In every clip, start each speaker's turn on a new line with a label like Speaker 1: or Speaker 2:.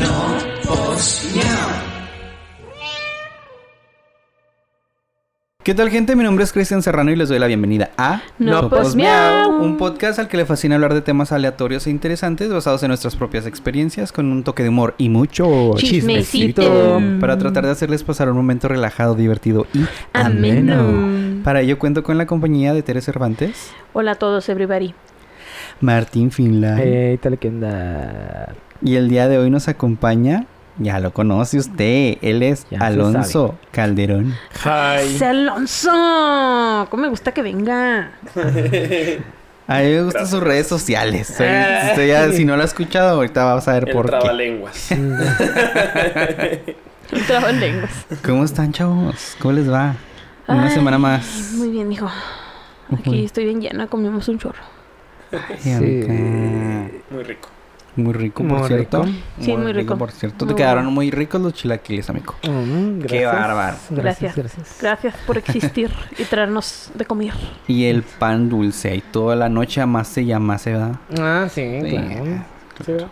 Speaker 1: No os miau.
Speaker 2: ¿Qué tal gente? Mi nombre es Cristian Serrano y les doy la bienvenida a
Speaker 3: No,
Speaker 2: Somos
Speaker 3: pues, miau.
Speaker 2: un podcast al que le fascina hablar de temas aleatorios e interesantes basados en nuestras propias experiencias con un toque de humor y mucho
Speaker 3: Chismecito.
Speaker 2: para tratar de hacerles pasar un momento relajado, divertido y ameno.
Speaker 3: Ameno.
Speaker 2: Para ello cuento con la compañía de Tere Cervantes,
Speaker 3: Hola a todos, everybody.
Speaker 2: Martín Finland
Speaker 4: Hey, tal que anda.
Speaker 2: y el día de hoy nos acompaña, ya lo conoce usted, él es
Speaker 4: Ya se
Speaker 2: Alonso Calderón.
Speaker 3: ¡Sí, Alonso! ¿Cómo me gusta que venga?
Speaker 2: A mí me gustan sus redes sociales. Soy- usted ya, si no lo ha escuchado, ahorita vas a ver
Speaker 5: Ah. El
Speaker 2: por qué.
Speaker 5: trabalenguas.
Speaker 3: Traba lenguas.
Speaker 2: ¿Cómo están, chavos? ¿Cómo les va? Una
Speaker 3: Ay,
Speaker 2: semana más.
Speaker 3: Muy bien, hijo. Aquí estoy bien llena, comimos un chorro.
Speaker 2: Ay,
Speaker 4: Sí.
Speaker 2: acá.
Speaker 5: Muy rico.
Speaker 2: Muy rico, por
Speaker 4: Muy
Speaker 2: cierto.
Speaker 4: rico.
Speaker 3: Sí, muy rico.
Speaker 2: Por cierto, te
Speaker 3: Muy
Speaker 2: quedaron
Speaker 3: bueno.
Speaker 2: muy ricos los chilaquiles, amigo.
Speaker 4: Mm,
Speaker 2: Qué
Speaker 4: gracias.
Speaker 2: bárbaro.
Speaker 3: Gracias.
Speaker 4: Gracias, gracias.
Speaker 3: Gracias por existir y traernos de comer.
Speaker 2: Y el pan dulce. Y toda la noche amaste y amaste, ¿verdad?
Speaker 4: Ah, sí,
Speaker 2: Sí.
Speaker 4: claro.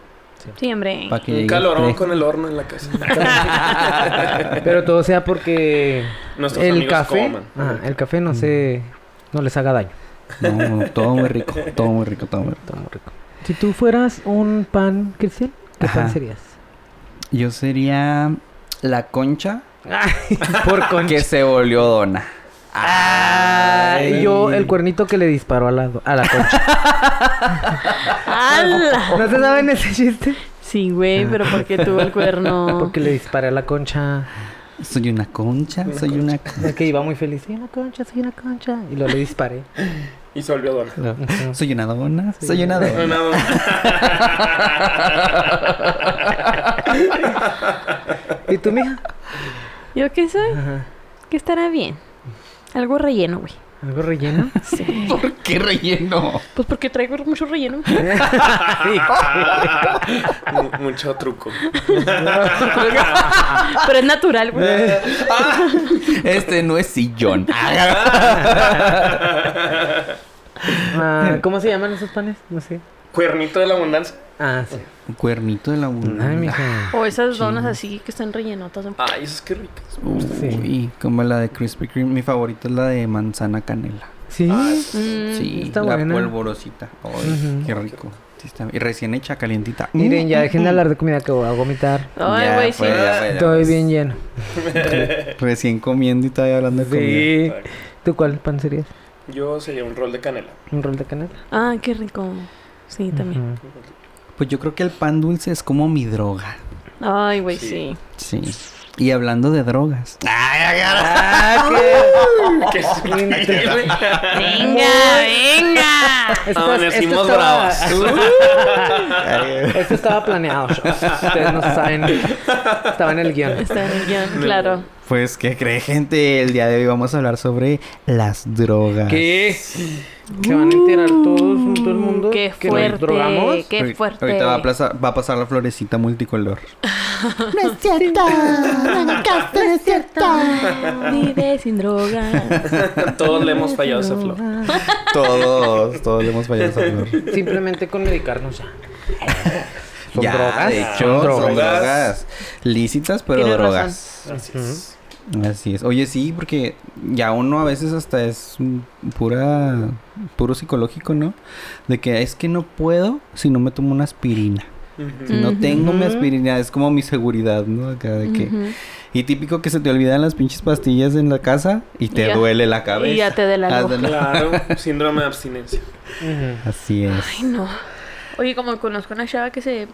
Speaker 3: Sí, hombre.
Speaker 2: Pa' que
Speaker 5: Un
Speaker 2: llegue
Speaker 5: calorón
Speaker 2: fresco.
Speaker 5: con el horno en la casa.
Speaker 4: Pero todo sea porque
Speaker 5: Nuestros
Speaker 4: el
Speaker 5: amigos
Speaker 4: café,
Speaker 5: coman.
Speaker 4: ah, el café no se no les haga daño.
Speaker 2: No, no, todo muy rico. Todo muy rico, todo muy rico.
Speaker 4: Está muy rico. Si tú fueras un pan, Cristian, ¿qué
Speaker 2: Ajá.
Speaker 4: pan serías?
Speaker 2: Yo sería la concha
Speaker 4: Por con
Speaker 2: que se volvió dona. Ay.
Speaker 4: yo el cuernito que le disparó a la, do- a la concha.
Speaker 3: ¡Hala!
Speaker 4: ¿No se saben ese chiste?
Speaker 3: Sí, güey, pero ¿por qué tuvo el cuerno?
Speaker 4: Porque le disparé a la concha.
Speaker 2: Soy una concha, soy una
Speaker 4: Es que iba muy feliz. Soy una concha, soy una concha. Y luego le disparé.
Speaker 5: Y se volvió dona.
Speaker 2: concha. Soy una dona, soy una
Speaker 5: No,
Speaker 2: dona.
Speaker 5: no, no.
Speaker 4: ¿Y tú, mija?
Speaker 3: ¿Yo qué sé?
Speaker 4: Ajá.
Speaker 3: ¿Qué estará bien? Algo relleno, güey.
Speaker 4: ¿Algo relleno?
Speaker 3: Sí.
Speaker 2: ¿Por qué relleno?
Speaker 3: Pues porque traigo mucho relleno.
Speaker 5: Mu- Mucho truco.
Speaker 3: Pero es natural, güey.
Speaker 2: Ah. Este no es sillón.
Speaker 4: Ah, ¿Cómo se llaman esos panes? No sé.
Speaker 5: Cuernito de la abundancia.
Speaker 4: Ah, sí.
Speaker 2: Cuernito de la
Speaker 5: Mm.
Speaker 4: Ay,
Speaker 2: abundancia.
Speaker 5: Ah.
Speaker 4: mija.
Speaker 3: O esas donas así que están rellenotas.
Speaker 5: Ay, eso es que rico.
Speaker 2: Uy, como la de Krispy Kreme. Mi favorita es la de manzana canela.
Speaker 4: Sí.
Speaker 5: Ah,
Speaker 3: Mm,
Speaker 2: Sí,
Speaker 4: está
Speaker 2: la
Speaker 4: buena.
Speaker 2: polvorosita. Ay,
Speaker 4: Ujú.
Speaker 2: qué rico. Sí, está- Y recién hecha, calientita. Mm.
Speaker 4: Miren,
Speaker 5: Mm,
Speaker 4: ya dejen de hablar de comida que voy a vomitar.
Speaker 3: Ay,
Speaker 2: Ya
Speaker 3: güey, sí.
Speaker 2: fue, ya fue, ya
Speaker 4: Estoy
Speaker 2: fue.
Speaker 4: bien lleno.
Speaker 2: Recién comiendo y todavía hablando de comida.
Speaker 4: Sí. ¿Tú cuál pan serías?
Speaker 5: Yo sería un rol de canela.
Speaker 4: ¿Un rol de canela?
Speaker 3: Ah, qué rico. Sí, también.
Speaker 4: Ujú.
Speaker 2: Pues yo creo que el pan dulce es como mi droga.
Speaker 3: Ay, güey,
Speaker 5: Sí.
Speaker 3: sí.
Speaker 2: Sí. Y hablando de drogas.
Speaker 5: Ah,
Speaker 3: Ah.
Speaker 5: ¿Qué es?
Speaker 3: Venga, venga.
Speaker 4: Esto-
Speaker 5: Amanecimos
Speaker 4: esto estaba-
Speaker 5: bravos.
Speaker 4: Esto estaba planeado. Ustedes no saben. Estaba en el guión.
Speaker 3: Está en el guión, claro.
Speaker 2: Pues, ¿qué cree, gente? El día de hoy vamos a hablar sobre las drogas.
Speaker 4: ¿Qué? Se van a enterar todos, todo el mundo.
Speaker 3: Qué
Speaker 4: que nos
Speaker 3: fuerte.
Speaker 4: drogamos.
Speaker 3: Qué
Speaker 2: Ahorita-
Speaker 3: fuerte.
Speaker 2: Ahorita va a, plaza- va a pasar la florecita multicolor.
Speaker 6: No es cierto, Lancaster, no es cierto.
Speaker 3: Vive sin drogas.
Speaker 5: Todos le hemos fallado a esa flor.
Speaker 2: Todos, todos le hemos fallado esa flor.
Speaker 4: Simplemente con medicarnos ya. Son
Speaker 2: Ya,
Speaker 4: drogas.
Speaker 2: De hecho,
Speaker 4: Son
Speaker 2: son drogas.
Speaker 4: drogas.
Speaker 2: Lícitas, pero
Speaker 3: Tienes
Speaker 2: drogas.
Speaker 5: Así es.
Speaker 2: Así es. Oye, sí, porque ya uno a veces hasta es mm, pura... Puro psicológico, ¿no? De que es que no puedo si no me tomo una aspirina. Si no
Speaker 3: Ujú.
Speaker 2: tengo mi aspirina, es como mi seguridad, ¿no? Acá de que...
Speaker 3: Ujú.
Speaker 2: Y típico que se te olvidan las pinches pastillas en la casa y te
Speaker 3: Y ya-
Speaker 2: duele la cabeza.
Speaker 3: y ya te delaló.
Speaker 2: Haz de la-
Speaker 5: Claro, síndrome de abstinencia.
Speaker 4: Ujú.
Speaker 2: Así es.
Speaker 3: Ay, no. Oye, como conozco una chava que se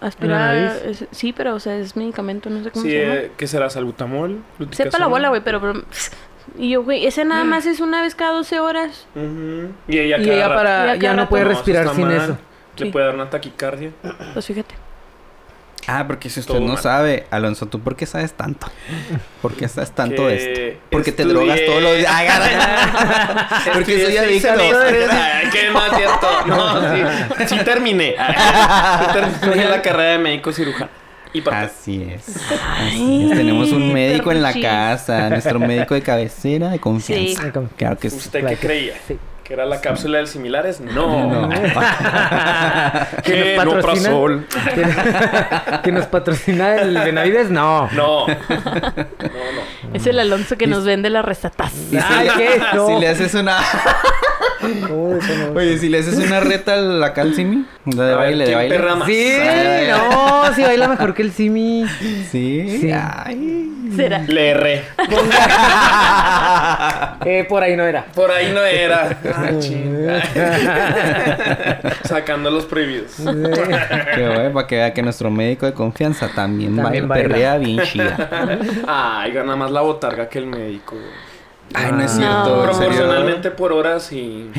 Speaker 4: ¿La
Speaker 3: aspira.
Speaker 4: nariz?
Speaker 3: es- sí, pero o sea, es medicamento, no sé cómo
Speaker 5: Sí,
Speaker 3: se llama.
Speaker 5: eh, ¿qué será? ¿Salbutamol? ¿Luticasol?
Speaker 3: Sepa la bola, güey, pero, pero- Y yo, güey, ese nada más es una vez cada 12 horas.
Speaker 5: Ujú. Y ella,
Speaker 4: Y
Speaker 5: cada
Speaker 4: ella
Speaker 5: rato.
Speaker 3: Y
Speaker 4: para
Speaker 3: acá
Speaker 4: ya
Speaker 3: rato,
Speaker 4: no puede
Speaker 3: no,
Speaker 5: eso
Speaker 4: respirar
Speaker 5: está
Speaker 4: sin
Speaker 5: mal.
Speaker 4: eso.
Speaker 5: Le
Speaker 3: Sí.
Speaker 5: puede dar una taquicardia.
Speaker 3: Pues fíjate.
Speaker 2: Ah, porque si usted
Speaker 5: Todo
Speaker 2: no
Speaker 5: mal.
Speaker 2: sabe, Alonso, ¿tú por qué sabes tanto? ¿Por qué sabes tanto de esto?
Speaker 5: Que
Speaker 2: Porque te
Speaker 5: estudié.
Speaker 2: drogas todos los días. Ay, gana. Porque soy
Speaker 5: Estudié seis
Speaker 2: adicto.
Speaker 5: semestres. Ay, ¿Qué más cierto? No, sí. Sí terminé. Ay, sí terminé la carrera de médico cirujano. y para
Speaker 2: Así es. Así es. Tenemos un médico en la
Speaker 3: perruchis.
Speaker 2: casa, nuestro médico de cabecera de confianza.
Speaker 3: Sí.
Speaker 2: Claro que sí.
Speaker 5: ¿Usted qué creía?
Speaker 4: Sí.
Speaker 5: ¿Que era la cápsula del similares? No.
Speaker 2: No.
Speaker 5: ¿Qué?
Speaker 4: ¿Que nos
Speaker 5: No,
Speaker 4: patrocina?
Speaker 5: Prasol.
Speaker 4: ¿Que nos patrocina el Benavides? No.
Speaker 5: No. No, no.
Speaker 3: Es el Alonso que nos vende las recetas.
Speaker 2: Y si,
Speaker 4: Ay, ¿qué? No.
Speaker 2: si le haces una
Speaker 4: No, eso no.
Speaker 2: Oye, si le haces una reta a la calcimi, la de
Speaker 5: A ver,
Speaker 2: baile, de
Speaker 5: ¿quién
Speaker 2: baile.
Speaker 5: perra más?
Speaker 4: Sí,
Speaker 2: Ay,
Speaker 4: no, sí baila mejor que el Simi.
Speaker 2: Sí.
Speaker 4: Sí.
Speaker 2: Ay.
Speaker 3: Será.
Speaker 5: Le erré.
Speaker 4: Eh, por ahí no era.
Speaker 5: Por ahí no era. Ah, chinga. Sacando los prohibidos.
Speaker 2: Qué bueno, para que vea que nuestro médico de confianza también,
Speaker 4: También
Speaker 2: baila,
Speaker 4: baila.
Speaker 2: perrea bien chida.
Speaker 5: Ay, gana más la botarga que el médico. güey.
Speaker 2: Ay, no es
Speaker 3: No.
Speaker 2: cierto, en serio.
Speaker 5: Proporcionalmente por hora
Speaker 3: ¿Eh?
Speaker 5: sí.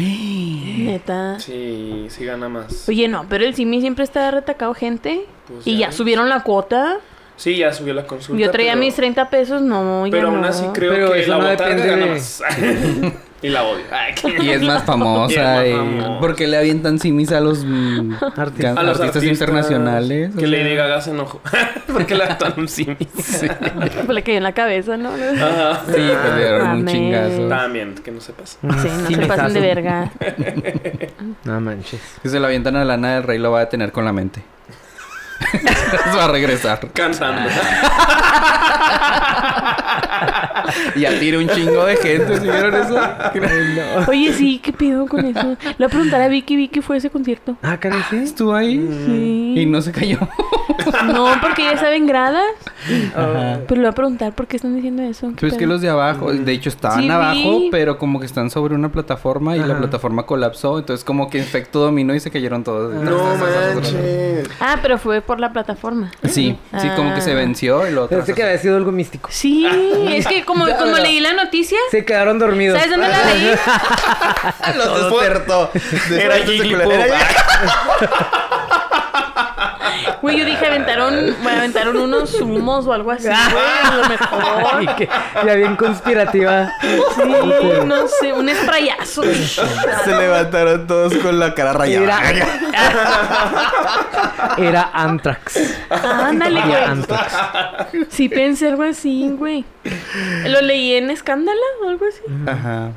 Speaker 3: Neta.
Speaker 5: Sí, sí gana más.
Speaker 3: Oye, no, pero el Simi siempre está retacado gente.
Speaker 5: Pues
Speaker 3: y
Speaker 5: ya.
Speaker 3: ya subieron la cuota.
Speaker 5: Sí, ya subió la consulta.
Speaker 3: Yo traía
Speaker 5: pero-
Speaker 3: mis 30 pesos, no, ya
Speaker 5: Pero aún
Speaker 3: no.
Speaker 5: así creo
Speaker 4: Pero
Speaker 5: que
Speaker 4: eso
Speaker 5: la
Speaker 4: no
Speaker 5: botarga
Speaker 4: depende
Speaker 5: gana
Speaker 4: de-
Speaker 5: más. y la odio. Ay, qué-
Speaker 2: Y es más
Speaker 5: Y es más
Speaker 2: famosa. y-
Speaker 5: famosa.
Speaker 2: Porque le avientan simis a los mm,
Speaker 4: Artistas.
Speaker 2: can- artistas internacionales. o
Speaker 5: Que
Speaker 2: sea.
Speaker 5: Lady Gaga se enojó. Porque la están un simi.
Speaker 3: Pues Le cayó en la cabeza, ¿no?
Speaker 5: Ajá.
Speaker 2: Sí, le dieron un
Speaker 3: Amén.
Speaker 2: chingazo.
Speaker 5: También, que no se pasa.
Speaker 2: Ah,
Speaker 3: Sí, no se pasen de verga.
Speaker 4: Mm, No manches.
Speaker 2: Que se la avientan a Lana del Rey, lo va a tener con la mente. Se va a regresar.
Speaker 5: Cansando.
Speaker 3: Ah.
Speaker 2: Y atira un chingo de gente. ¿Sí vieron eso?
Speaker 3: Oye, sí, ¿qué pedo con eso? Le voy a preguntar a Vicky, Vicky fue a ese concierto.
Speaker 4: Ah, caray, sí.
Speaker 2: Estuvo ahí
Speaker 3: Sí.
Speaker 2: Mm. y no se cayó.
Speaker 3: Mm. No, porque ya saben gradas.
Speaker 2: Ajá.
Speaker 3: Pero le voy a preguntar por qué están diciendo eso.
Speaker 2: Pues
Speaker 3: Pero-
Speaker 2: que los de abajo, de hecho estaban
Speaker 3: Sí,
Speaker 2: abajo,
Speaker 3: vi.
Speaker 2: pero como que están sobre una plataforma y la
Speaker 4: Ajá.
Speaker 2: plataforma colapsó, entonces como que efecto dominó y se cayeron todos.
Speaker 5: No manches.
Speaker 3: Ah, pero fue por la plataforma.
Speaker 2: Sí, sí, como que se Ah,
Speaker 3: Ah.
Speaker 2: venció y lo otro.
Speaker 4: Pensé que había sido algo místico.
Speaker 3: Sí, es que como,
Speaker 4: Ya,
Speaker 3: como
Speaker 4: ya.
Speaker 3: leí la noticia,
Speaker 4: Se quedaron dormidos.
Speaker 3: ¿sabes dónde la leí?
Speaker 2: Los despertó.
Speaker 5: Era ah, Jigglypuff.
Speaker 3: Güey, yo dije, aventaron, aventaron unos humos o algo así, güey, a lo
Speaker 2: Ah.
Speaker 3: mejor.
Speaker 4: Ay, qué- Ya bien conspirativa.
Speaker 3: Sí, no sé, un sprayazo.
Speaker 2: Se levantaron todos con la cara
Speaker 4: Era, era Antrax.
Speaker 3: Ándale,
Speaker 4: Era
Speaker 3: güey.
Speaker 4: Antrax.
Speaker 3: Sí pensé algo así, güey. Lo leí en Escándala o algo así.
Speaker 2: Ajá.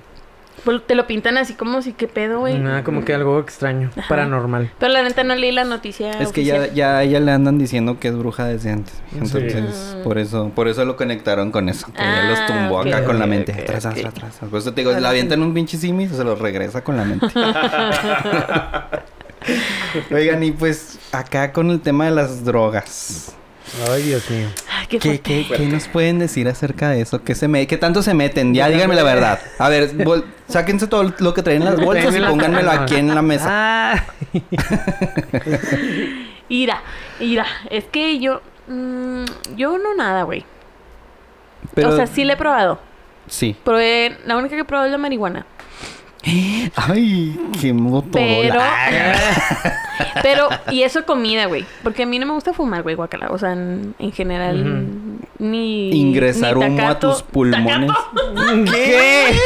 Speaker 3: Pues Te lo pintan así como si qué pedo, güey.
Speaker 4: Nada, como que algo extraño, paranormal.
Speaker 3: Pero la neta no leí la noticia.
Speaker 2: Es que ya,
Speaker 3: Ah, oficial.
Speaker 2: ya a ella le andan diciendo que es bruja desde antes.
Speaker 4: Sí.
Speaker 2: Entonces, por eso, por eso lo conectaron con eso. Que ella los
Speaker 3: Ah,
Speaker 2: tumbó
Speaker 3: ok,
Speaker 2: acá con la
Speaker 3: ok,
Speaker 2: mente.
Speaker 3: ok,
Speaker 2: atrás,
Speaker 3: ok.
Speaker 2: atrás, atrás. Por eso te digo, la avientan un pinche simi y se lo regresa con la mente. Oigan, y pues acá con el tema de las drogas.
Speaker 4: Ay, Dios mío.
Speaker 3: Ay, qué
Speaker 2: ¿Qué,
Speaker 3: fuerte.
Speaker 2: qué, qué nos pueden decir acerca de eso? ¿Qué, se me, qué tanto se meten? Ya díganme la verdad. A ver, vol- sáquense todo lo que traen en las bolsas y pónganmelo aquí en la mesa.
Speaker 4: Ah,
Speaker 3: Ira, ira. Es que yo. mm, yo no nada, güey.
Speaker 2: Pero
Speaker 3: O sea, sí le he probado.
Speaker 2: sí.
Speaker 3: Probé. La única que he probado es la marihuana.
Speaker 2: Ay, qué moto.
Speaker 3: Pero. pero. Y eso comida, güey. Porque a mí no me gusta fumar, güey, guacala. O sea, en, en general. Ni.
Speaker 2: Ingresar
Speaker 3: ni
Speaker 2: humo a
Speaker 3: tacato-
Speaker 2: tus pulmones.
Speaker 3: tacato.
Speaker 2: ¿Qué?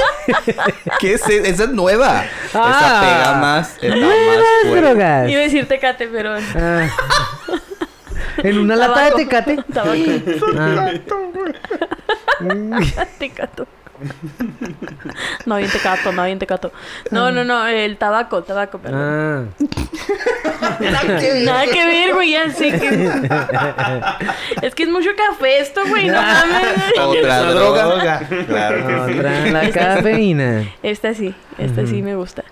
Speaker 2: ¿Qué es e- Esa es nueva. Esa
Speaker 4: Ah.
Speaker 2: pega más. Está más fuerte.
Speaker 4: drogas.
Speaker 3: Iba a decir tecate, pero.
Speaker 4: Ah. En una lata de
Speaker 3: Tabaco.
Speaker 4: tecate.
Speaker 3: Tabaco.
Speaker 4: Ah.
Speaker 3: Tecato. No, bien tecato, no, bien tecato. No, no, no, el tabaco, tabaco, perdón.
Speaker 4: Ah.
Speaker 3: Nada que ver, güey, ya sé que... Es que es mucho café esto, güey, no mames.
Speaker 2: Otra
Speaker 5: Esa
Speaker 2: droga.
Speaker 5: droga.
Speaker 2: Claro.
Speaker 4: ah, Otra la cafeína.
Speaker 3: Esta sí, esta sí me gusta.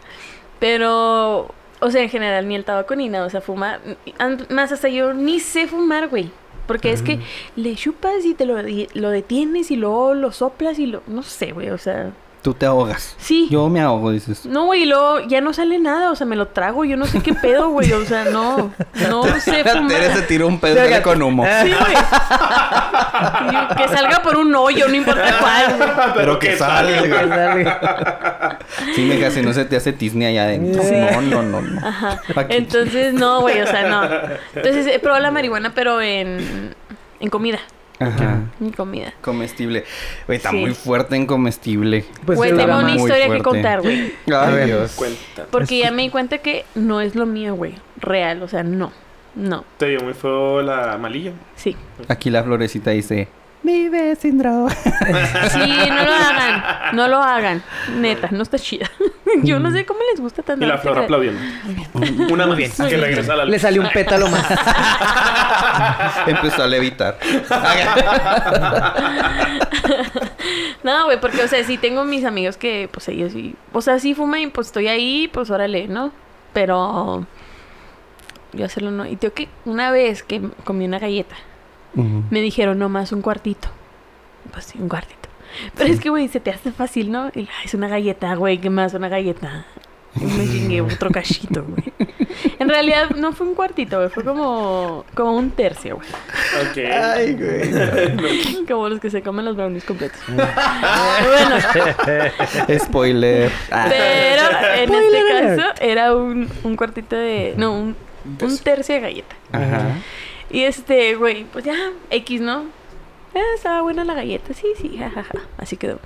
Speaker 3: Pero, o sea, en general, ni el tabaco ni nada, o sea, fumar... an- Más hasta yo ni sé fumar, güey. Porque es que le chupas y te lo, y lo detienes y luego lo soplas y lo... No sé, güey, o sea...
Speaker 2: Tú te ahogas.
Speaker 3: Sí.
Speaker 2: Yo me ahogo, dices.
Speaker 3: No, güey, y luego ya no sale nada, o sea, me lo trago, yo no sé qué pedo, güey, o sea, no, no sé
Speaker 2: Tere se
Speaker 3: fumar.
Speaker 2: tiró un pedo y sale con humo.
Speaker 3: Sí, güey. Yo- Que salga por un hoyo, no importa cuál. güey.
Speaker 2: Pero que
Speaker 4: Que
Speaker 2: sale.
Speaker 4: salga.
Speaker 2: Sí, mija, si no se te hace tisne allá adentro.
Speaker 4: Sí.
Speaker 2: No, no, no. no.
Speaker 3: Ajá.
Speaker 2: ¿Pa' qué?
Speaker 3: Entonces, no, güey, o sea, no. Entonces, he probado la marihuana, pero en, en comida,
Speaker 2: Ajá.
Speaker 3: en comida.
Speaker 2: Comestible. Güey, está
Speaker 3: Sí.
Speaker 2: muy fuerte en comestible.
Speaker 4: Pues
Speaker 3: güey,
Speaker 4: sí,
Speaker 3: tengo
Speaker 4: la
Speaker 3: una
Speaker 4: mamá.
Speaker 2: muy
Speaker 3: historia que
Speaker 2: fuerte.
Speaker 3: contar, güey.
Speaker 2: Ay,
Speaker 4: ver.
Speaker 2: Dios.
Speaker 5: Cuenta.
Speaker 3: Porque ya me di cuenta que no es lo mío, güey, real, o sea, no. No,
Speaker 5: Te dio muy feo la malilla.
Speaker 3: sí.
Speaker 2: Aquí la florecita dice...
Speaker 6: Vive sin droga.
Speaker 3: Sí, no lo hagan. No lo hagan. Neta, no está chida. Yo no sé cómo les gusta tanto.
Speaker 5: Y la flor aplaudiendo. Una más bien. Que regresa a la
Speaker 4: Le salió un pétalo más.
Speaker 2: Empezó a levitar.
Speaker 3: No, güey, porque, o sea, sí tengo mis amigos que, pues, ellos sí... O sea, sí fuman y, pues, estoy ahí, pues, órale, ¿no? Pero... Yo hacerlo no... Y tengo que... Una vez que comí una galleta, me dijeron, nomás un cuartito. Pues, sí, un cuartito. Pero es que, güey, se te hace fácil, ¿no? Y, "Ay, es una galleta, güey, ¿qué más? Una galleta. Y me chingué otro cachito, güey. En realidad, no fue un cuartito, güey. Fue como... Como un tercio, güey.
Speaker 5: Ok.
Speaker 2: Ay, güey.
Speaker 3: Como los que se comen los brownies completos. bueno,
Speaker 2: Spoiler.
Speaker 3: Pero en este caso era un, un cuartito de. No, un, un tercio de galleta.
Speaker 2: Ajá.
Speaker 3: Y este, güey, pues ya, X, ¿no? Ah, estaba buena la galleta, sí, sí, jajaja. Así quedó.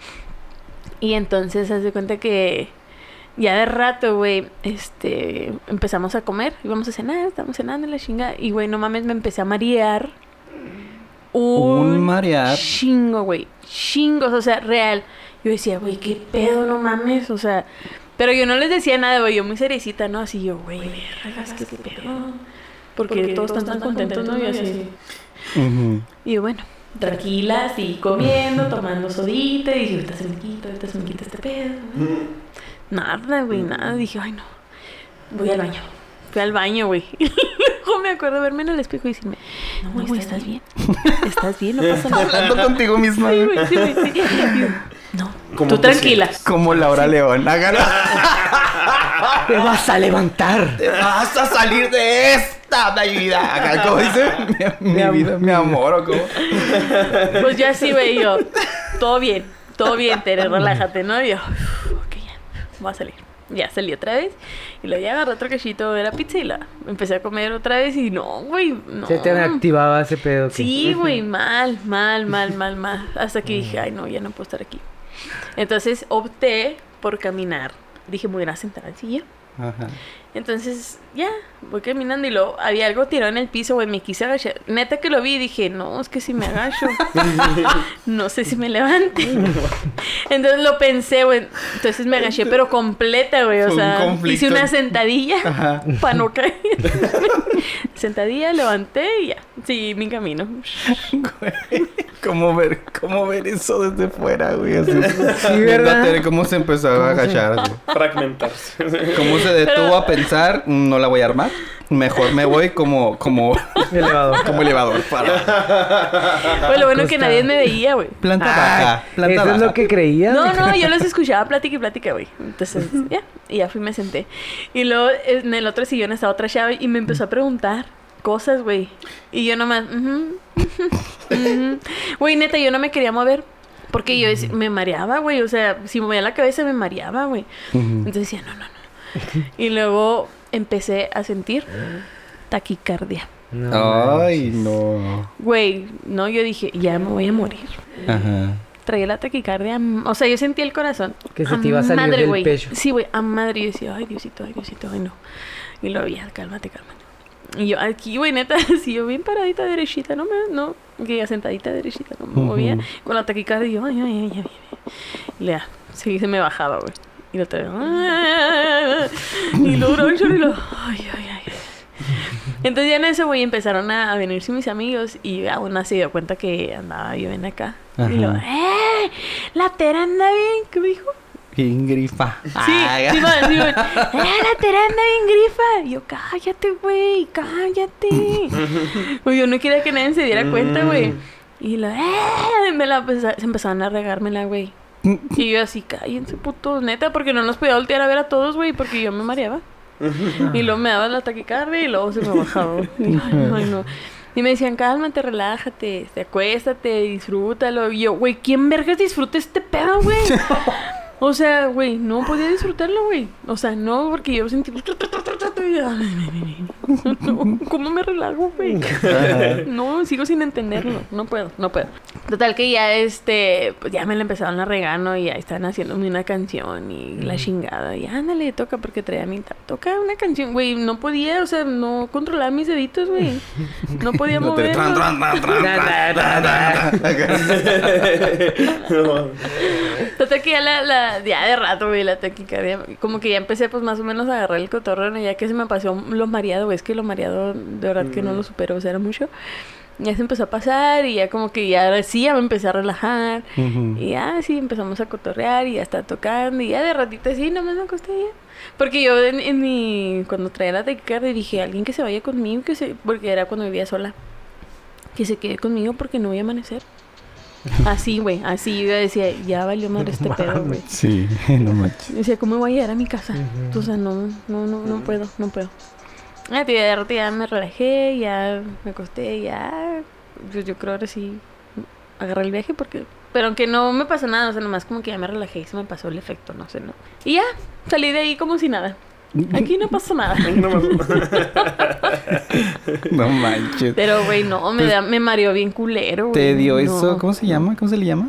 Speaker 3: Y entonces se hace cuenta que ya de rato, güey, este, empezamos a comer, íbamos a cenar, estábamos cenando en la chinga. Y, güey, no mames, me empecé a marear.
Speaker 2: Un marear.
Speaker 3: Chingo, güey. Chingos, o sea, real. Yo decía, güey, qué pedo, no mames, o sea. Pero yo no les decía nada, güey, yo muy seriecita, ¿no? Así yo, güey, vergas, qué pedo. Porque, todos están tan contentos, ¿no? Y así.
Speaker 2: Ujú.
Speaker 3: Y yo, bueno, Mm. tranquila, así comiendo, tomando sodita, y dije, ahorita se me quita, ahorita se me quita este pedo. Mm. güey. Nada, güey, nada. Dije, ay, no. Voy al baño. Fui al baño, güey. Y Luego me acuerdo verme en el espejo y decirme, no, güey, estás bien. Estás bien, no pasa nada.
Speaker 2: Hablando contigo misma.
Speaker 3: Sí,
Speaker 2: güey.
Speaker 3: güey, sí, güey, sí. Y yo, No,
Speaker 5: ¿Cómo
Speaker 3: tú
Speaker 5: te
Speaker 3: tranquila.
Speaker 2: Como Laura León. Ah, Hágalo.
Speaker 4: Te vas a levantar.
Speaker 2: Te vas a salir de esta mi vida. Acá, ¿Cómo dice? Mi, mi vida, mi amor, o cómo.
Speaker 3: Pues yo así, güey, yo, todo bien, todo bien, Tere, relájate, ¿no? Y yo, ok, ya, voy a salir. Ya salí otra vez y luego ya agarré otro cachito de la pizza y la empecé a comer otra vez y no, güey, no.
Speaker 4: Se te activaba ese pedo. que-
Speaker 3: Ah. Sí, güey, mal, mal, mal, mal, mal. Hasta que dije, ay, no, ya no puedo estar aquí. Entonces opté por caminar. Dije, me voy a ir a sentar al sillón.
Speaker 2: Ajá.
Speaker 3: Entonces, ya, voy caminando y luego había algo tirado en el piso, güey, me quise agachar. Neta que lo vi y dije, no, es que si me agacho, no sé si me levante. Entonces lo pensé, güey, entonces me agaché, pero completa, güey, o
Speaker 2: Fue un
Speaker 3: sea,
Speaker 2: conflicto.
Speaker 3: hice una sentadilla
Speaker 2: Ajá.
Speaker 3: para no caer. sentadilla, levanté y ya, seguí mi camino.
Speaker 2: Güey, ¿Cómo ver, cómo ver eso desde fuera, güey? Así.
Speaker 4: Sí, ¿verdad?
Speaker 2: Fíjate cómo se empezó a agachar. güey.
Speaker 5: Fragmentarse.
Speaker 2: Cómo se detuvo a pensar, "Mm, no la voy a armar. Mejor me voy como, como,
Speaker 4: Elevador.
Speaker 2: como elevador
Speaker 4: Ah,
Speaker 2: para
Speaker 3: Pues lo bueno que
Speaker 4: Acostada.
Speaker 3: nadie me veía, güey.
Speaker 2: planta
Speaker 4: Ay,
Speaker 2: baja. Planta
Speaker 4: Eso es
Speaker 2: baja.
Speaker 4: lo que creía.
Speaker 3: No, no, yo los escuchaba plática y plática, güey. Entonces, ya, y ya fui y me senté. Y luego en el otro sillón estaba otra chava y me empezó a preguntar cosas, güey. Y yo nomás, ujú, ujú. güey, neta, yo no me quería mover. Porque yo dec- me mareaba, güey. O sea, si movía la cabeza me mareaba, güey.
Speaker 2: Ujú.
Speaker 3: Entonces decía, no, no, no. Y luego empecé a sentir taquicardia.
Speaker 4: No,
Speaker 2: Ay, no.
Speaker 3: Güey, no, yo dije, ya me voy a morir.
Speaker 2: Ajá.
Speaker 3: Traía la taquicardia. mm, O sea, yo sentía el corazón.
Speaker 4: Que se te iba a salir
Speaker 3: Ah, madre,
Speaker 4: del
Speaker 3: güey.
Speaker 4: pecho.
Speaker 3: Sí, güey, a madre. Yo decía, ay, Diosito, ay, Diosito, ay, no. Y lo veía, cálmate, cálmate. Y yo aquí, güey, neta, así yo bien paradita, derechita, no me, no, que ya sentadita, derechita, no me movía.
Speaker 2: Ujú.
Speaker 3: Con la taquicardia, y yo, ay, ay, ay, ay, ay. ay. Y le da, sí, se me bajaba, güey. Y lo traía, "Ah". y luego lo y lo, ay, ay, ay. ay. Entonces ya en eso, güey, empezaron a, a venirse mis amigos y aún así se dio cuenta que andaba yo bien acá.
Speaker 2: Ajá.
Speaker 3: Y lo, ¡eh! La Tera anda bien, ¿qué me dijo?
Speaker 2: Bien grifa.
Speaker 3: Sí,
Speaker 2: Ay,
Speaker 3: sí, bueno, sí, bueno. ¡Eh, la Tera anda bien grifa! Y yo, cállate, güey, cállate. Güey, Pues yo no quería que nadie se diera cuenta, güey. Y lo, ¡eh! Me la empeza- se empezaron a regármela, güey. Y yo así, cállense, putos, neta, porque no nos podía voltear a ver a todos, güey, porque yo me mareaba. Y luego me daba la taquicardia y luego se me bajaba. Y yo, ay, no, ay, no. Y me decían, cálmate, relájate, este, acuéstate, disfrútalo. Y yo, güey, ¿quién vergas disfruta este pedo, güey? O sea, güey, no podía disfrutarlo, güey. O sea, no, porque yo sentí... ¿Cómo me relajo, güey? No, sigo sin entenderlo. No puedo, no puedo. Total que ya este, pues ya me la empezaron a regano y ya están haciéndome una canción y la chingada. Y ándale, toca porque traía mi ta- toca una canción, güey. No podía, o sea, no controlaba mis deditos, güey. No podía
Speaker 2: Lo te-
Speaker 3: mover.
Speaker 2: tran, tran, tran, tran, tran, tran, tran, tran.
Speaker 3: Total que ya la, la- ya de rato, güey, la taquicardia. Como que ya empecé, pues más o menos a agarrar el cotorreo, ya que se me pasó lo mareado, güey. Es que lo mareado, de verdad que no lo supero, o sea, era mucho. Ya se empezó a pasar y ya como que ya sí, ya me empecé a relajar.
Speaker 2: Ujú.
Speaker 3: Y ya sí, empezamos a cotorrear y ya está tocando. Y ya de ratito así, nomás me acosté ya. Porque yo en, en mi. Cuando traía la taquicardia dije, alguien que se vaya conmigo, que se. Porque era cuando vivía sola. Que se quede conmigo porque no voy a amanecer. Así, güey. Así yo decía, ya valió madre este pedo, güey.
Speaker 2: Sí, no manches.
Speaker 3: Decía, ¿cómo voy a llegar a mi casa? O sea, no, no, no, no puedo, no puedo. Ah, tía, de rato ya me relajé, ya me acosté, ya. Pues yo creo ahora sí agarré el viaje porque. Pero aunque no me pasó nada, o sea, nomás como que ya me relajé y se me pasó el efecto, no sé, ¿no? Y ya, salí de ahí como si nada. Aquí no pasó nada.
Speaker 5: No más.
Speaker 2: No manches.
Speaker 3: Pero, güey, no, me, da, me mareó bien culero, güey.
Speaker 2: pues, ¿Te dio
Speaker 3: no.
Speaker 2: eso? ¿Cómo se llama? ¿Cómo se le llama?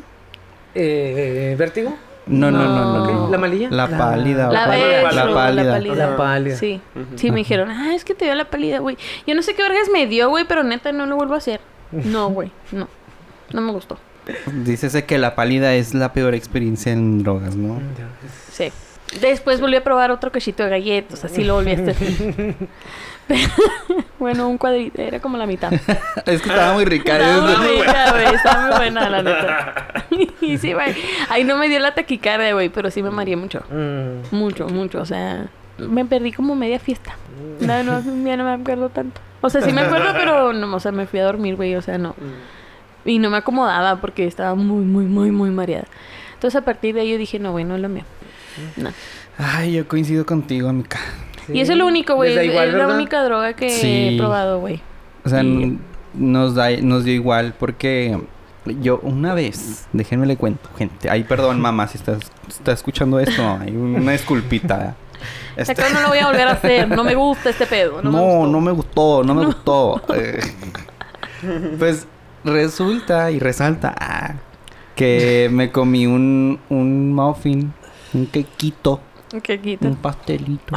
Speaker 4: Eh, ¿Vértigo?
Speaker 2: No, no, no, no.
Speaker 3: No.
Speaker 2: no.
Speaker 4: ¿La malilla?
Speaker 2: La
Speaker 4: La-
Speaker 2: pálida.
Speaker 3: La,
Speaker 5: pálida.
Speaker 3: eh,
Speaker 5: La
Speaker 3: no,
Speaker 2: pálida.
Speaker 4: La pálida.
Speaker 3: Sí, sí me dijeron, ah, es que te dio la pálida, güey. Yo no sé qué vergas me dio, güey, pero neta no lo vuelvo a hacer. No, güey, no. No me gustó.
Speaker 2: Dícese que la pálida es la peor experiencia en drogas, ¿no?
Speaker 4: Mm,
Speaker 3: Sí. Después volví a probar otro cachito de galletas, así lo volví a hacer. Pero, bueno, un cuadrito, era como la mitad.
Speaker 2: Es que estaba muy rica.
Speaker 3: Estaba
Speaker 2: ¿eh?
Speaker 3: muy rica, güey, estaba muy buena, la neta. y sí, güey. Ahí no me dio la taquicardia, güey, pero sí me mareé mucho.
Speaker 4: Mm.
Speaker 3: Mucho, mucho. O sea, me perdí como media fiesta. No, no, ya no me acuerdo tanto. O sea, sí me acuerdo, pero no, o sea, me fui a dormir, güey. O sea, no.
Speaker 4: Mm.
Speaker 3: Y no me acomodaba porque estaba muy, muy, muy, muy mareada. Entonces, a partir de ahí yo dije, no, güey, no es lo mío. No.
Speaker 2: Ay, yo coincido contigo, amiga.
Speaker 3: Y eso es lo único, güey.
Speaker 4: Les da
Speaker 3: Es
Speaker 4: igual,
Speaker 3: es la
Speaker 4: ¿verdad?
Speaker 3: única droga que
Speaker 2: Sí.
Speaker 3: he probado, güey.
Speaker 2: O sea,
Speaker 3: Y-
Speaker 2: n- nos, da, nos dio igual porque yo una vez, déjenme le cuento, gente. Ay, perdón, mamá, si estás, está escuchando esto, hay una disculpita.
Speaker 3: Este...
Speaker 2: Este-
Speaker 3: no lo voy a volver a hacer. No me gusta este pedo. No, me
Speaker 2: no,
Speaker 3: gustó.
Speaker 2: no me gustó, no me gustó. Eh, pues resulta y resalta ah, que me comí un, un muffin, un quequito,
Speaker 3: Que quita.
Speaker 2: un pastelito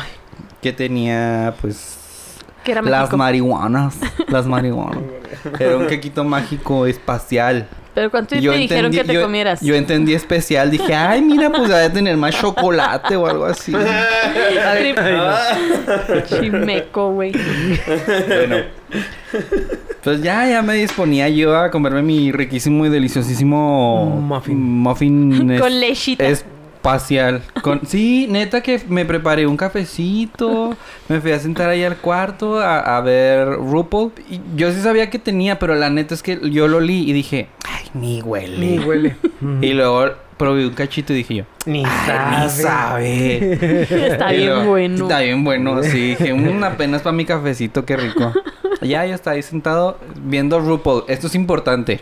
Speaker 2: que tenía pues
Speaker 3: Que era
Speaker 2: las
Speaker 3: mágico.
Speaker 2: marihuanas, las marihuanas. Era un quequito mágico espacial.
Speaker 3: Pero ¿cuánto te
Speaker 2: Yo
Speaker 3: dijeron que
Speaker 2: entendí-
Speaker 3: te
Speaker 2: yo-
Speaker 3: comieras?
Speaker 2: Yo entendí especial, dije, ay, mira, pues ha de tener más chocolate o algo así.
Speaker 3: Trip-
Speaker 4: Ah.
Speaker 3: Chimeco, güey.
Speaker 2: Bueno. Pues ya, ya me disponía yo a comerme mi riquísimo y deliciosísimo
Speaker 4: Muffin.
Speaker 2: muffin es-
Speaker 3: Con lechita.
Speaker 2: espacial. Con, sí, neta que me preparé un cafecito, me fui a sentar ahí al cuarto a, a ver RuPaul. Y yo sí sabía que tenía, pero la neta es que yo lo li y dije, ay, ni huele.
Speaker 4: Ni huele.
Speaker 2: Y luego probé un cachito y dije yo,
Speaker 4: Ni
Speaker 2: ay, ni sabe.
Speaker 3: Está
Speaker 2: Y
Speaker 3: bien
Speaker 2: luego,
Speaker 3: bueno.
Speaker 2: Está bien bueno, sí. Dije, "Mm, apenas para mi cafecito, qué rico. Ya, ya está ahí sentado viendo RuPaul. Esto es importante.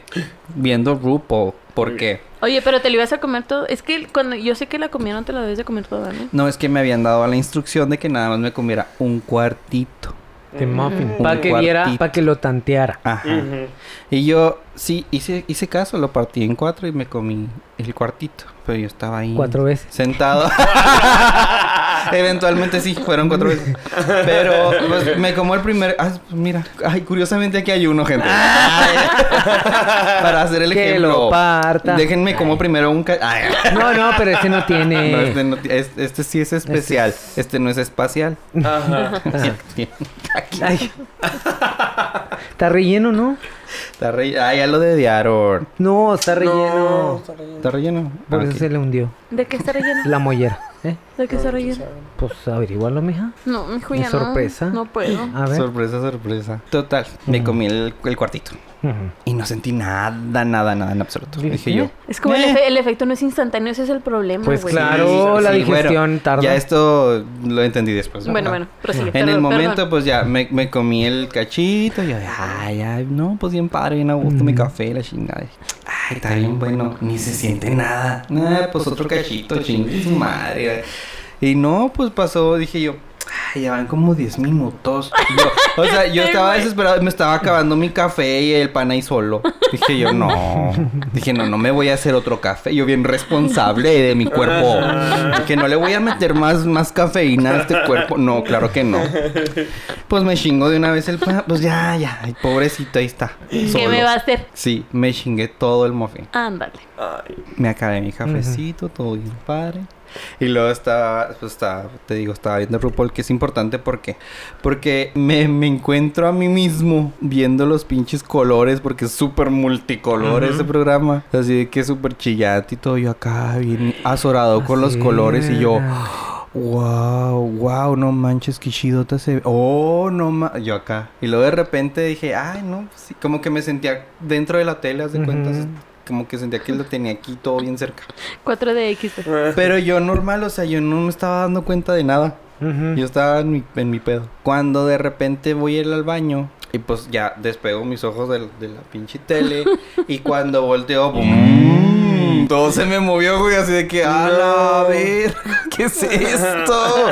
Speaker 2: Viendo RuPaul. ¿Por qué?
Speaker 3: Oye, pero te lo ibas a comer todo. Es que cuando yo sé que la comida no te la debes de comer toda, ¿no?
Speaker 2: No, es que me habían dado la instrucción de que nada más me comiera un cuartito.
Speaker 4: De muffin.
Speaker 2: Un
Speaker 4: Para Mm. que viera,
Speaker 2: cuartito.
Speaker 4: para que lo tanteara.
Speaker 2: Ajá.
Speaker 5: Ujú.
Speaker 2: Y yo, sí, hice, hice caso. Lo partí en cuatro y me comí el cuartito. Pero yo estaba ahí.
Speaker 4: Cuatro veces.
Speaker 2: Sentado. Eventualmente sí, fueron cuatro veces. Pero pues, me como el primer. Ah, pues, mira, ay, curiosamente aquí hay uno, gente. Para hacer el
Speaker 4: Que
Speaker 2: ejemplo.
Speaker 4: lo parta.
Speaker 2: Déjenme como primero un. ca- Ay,
Speaker 4: No, no, pero ese no tiene.
Speaker 2: no, este, no ti- es- este sí es especial. Este,
Speaker 4: Eh. es-
Speaker 2: no es espacial.
Speaker 5: Ajá.
Speaker 2: Aquí
Speaker 4: Ay. Está relleno, ¿no?
Speaker 2: está relleno. Ay, ya lo dediaron.
Speaker 4: No, está relleno.
Speaker 2: Está relleno.
Speaker 4: Por
Speaker 2: Ah,
Speaker 4: eso
Speaker 2: ok.
Speaker 4: se le hundió.
Speaker 3: ¿De qué está relleno?
Speaker 4: La mollera. ¿eh?
Speaker 3: ¿De qué está relleno?
Speaker 4: Pues averígualo, mija.
Speaker 3: No, mi
Speaker 4: ¿De
Speaker 3: ya no.
Speaker 4: sorpresa?
Speaker 3: No puedo.
Speaker 2: Ah.
Speaker 4: A ver.
Speaker 2: Sorpresa, sorpresa. Mm. Total, me comí el, el cuartito.
Speaker 4: Ujú.
Speaker 2: Y no sentí nada, nada, nada en absoluto.
Speaker 4: Dije,
Speaker 2: Dije yo.
Speaker 3: Es como el,
Speaker 2: "Eh".
Speaker 3: efe- el efecto no es instantáneo, ese es el problema,
Speaker 4: Pues
Speaker 3: güey.
Speaker 4: claro,
Speaker 2: Sí,
Speaker 4: la
Speaker 2: sí,
Speaker 4: digestión tarda.
Speaker 2: Ya esto lo entendí después. ¿verdad?
Speaker 3: Bueno, bueno, prosigue.
Speaker 2: En el
Speaker 3: perdón,
Speaker 2: momento,
Speaker 3: perdón.
Speaker 2: pues ya me, me comí el cachito. Y yo, ay, ay, no, pues bien padre, bien a gusto mi café, la chingada. Ay, está bien bueno, ni se siente nada. Eh, Nah, pues otro cachito, chingue su madre. Y no, pues pasó, dije yo, Ay, ya van como 10 minutos. Yo- o sea, yo
Speaker 3: Sí,
Speaker 2: estaba
Speaker 3: güey.
Speaker 2: desesperado. Me estaba acabando mi café y el pan ahí solo. Dije yo, no. Dije, no, no me voy a hacer otro café. Yo bien responsable de mi cuerpo. Dije, no le voy a meter más, más cafeína a este cuerpo. No, claro que no. Pues me chingo de una vez el pan. Pues ya, ya. Ay, pobrecito, ahí está.
Speaker 3: ¿Qué
Speaker 2: pues, solo.
Speaker 3: me va a hacer?
Speaker 2: Sí, me chingué todo el muffin.
Speaker 3: Ándale.
Speaker 5: Ay,
Speaker 2: Me acabé mi cafecito, todo bien padre. Y luego estaba, pues estaba, te digo, estaba viendo RuPaul, que es importante porque, porque me, me encuentro a mí mismo viendo los pinches colores, porque es súper multicolor
Speaker 5: Ujú.
Speaker 2: ese programa. Así de que es súper chillante y todo. Yo acá bien azorado con los
Speaker 4: Así
Speaker 2: colores y yo,
Speaker 4: era.
Speaker 2: wow, wow, no manches, qué chidota se ve. Oh, no ma Yo acá. Y luego de repente dije, ay, no, pues sí, como que me sentía dentro de la tele, haz de cuentas.
Speaker 4: Ujú.
Speaker 2: Como que sentía que lo tenía aquí todo bien cerca.
Speaker 3: 4DX.
Speaker 2: Pero yo normal, o sea, yo no me estaba dando cuenta de nada.
Speaker 4: Ujú.
Speaker 2: Yo estaba en mi, en mi pedo. Cuando de repente voy a ir al baño y pues ya despego mis ojos del- de, la pinche tele y cuando volteo, ¡bum! Todo se me movió, güey, así de que, a la
Speaker 5: No.
Speaker 2: verga, ¿qué es esto?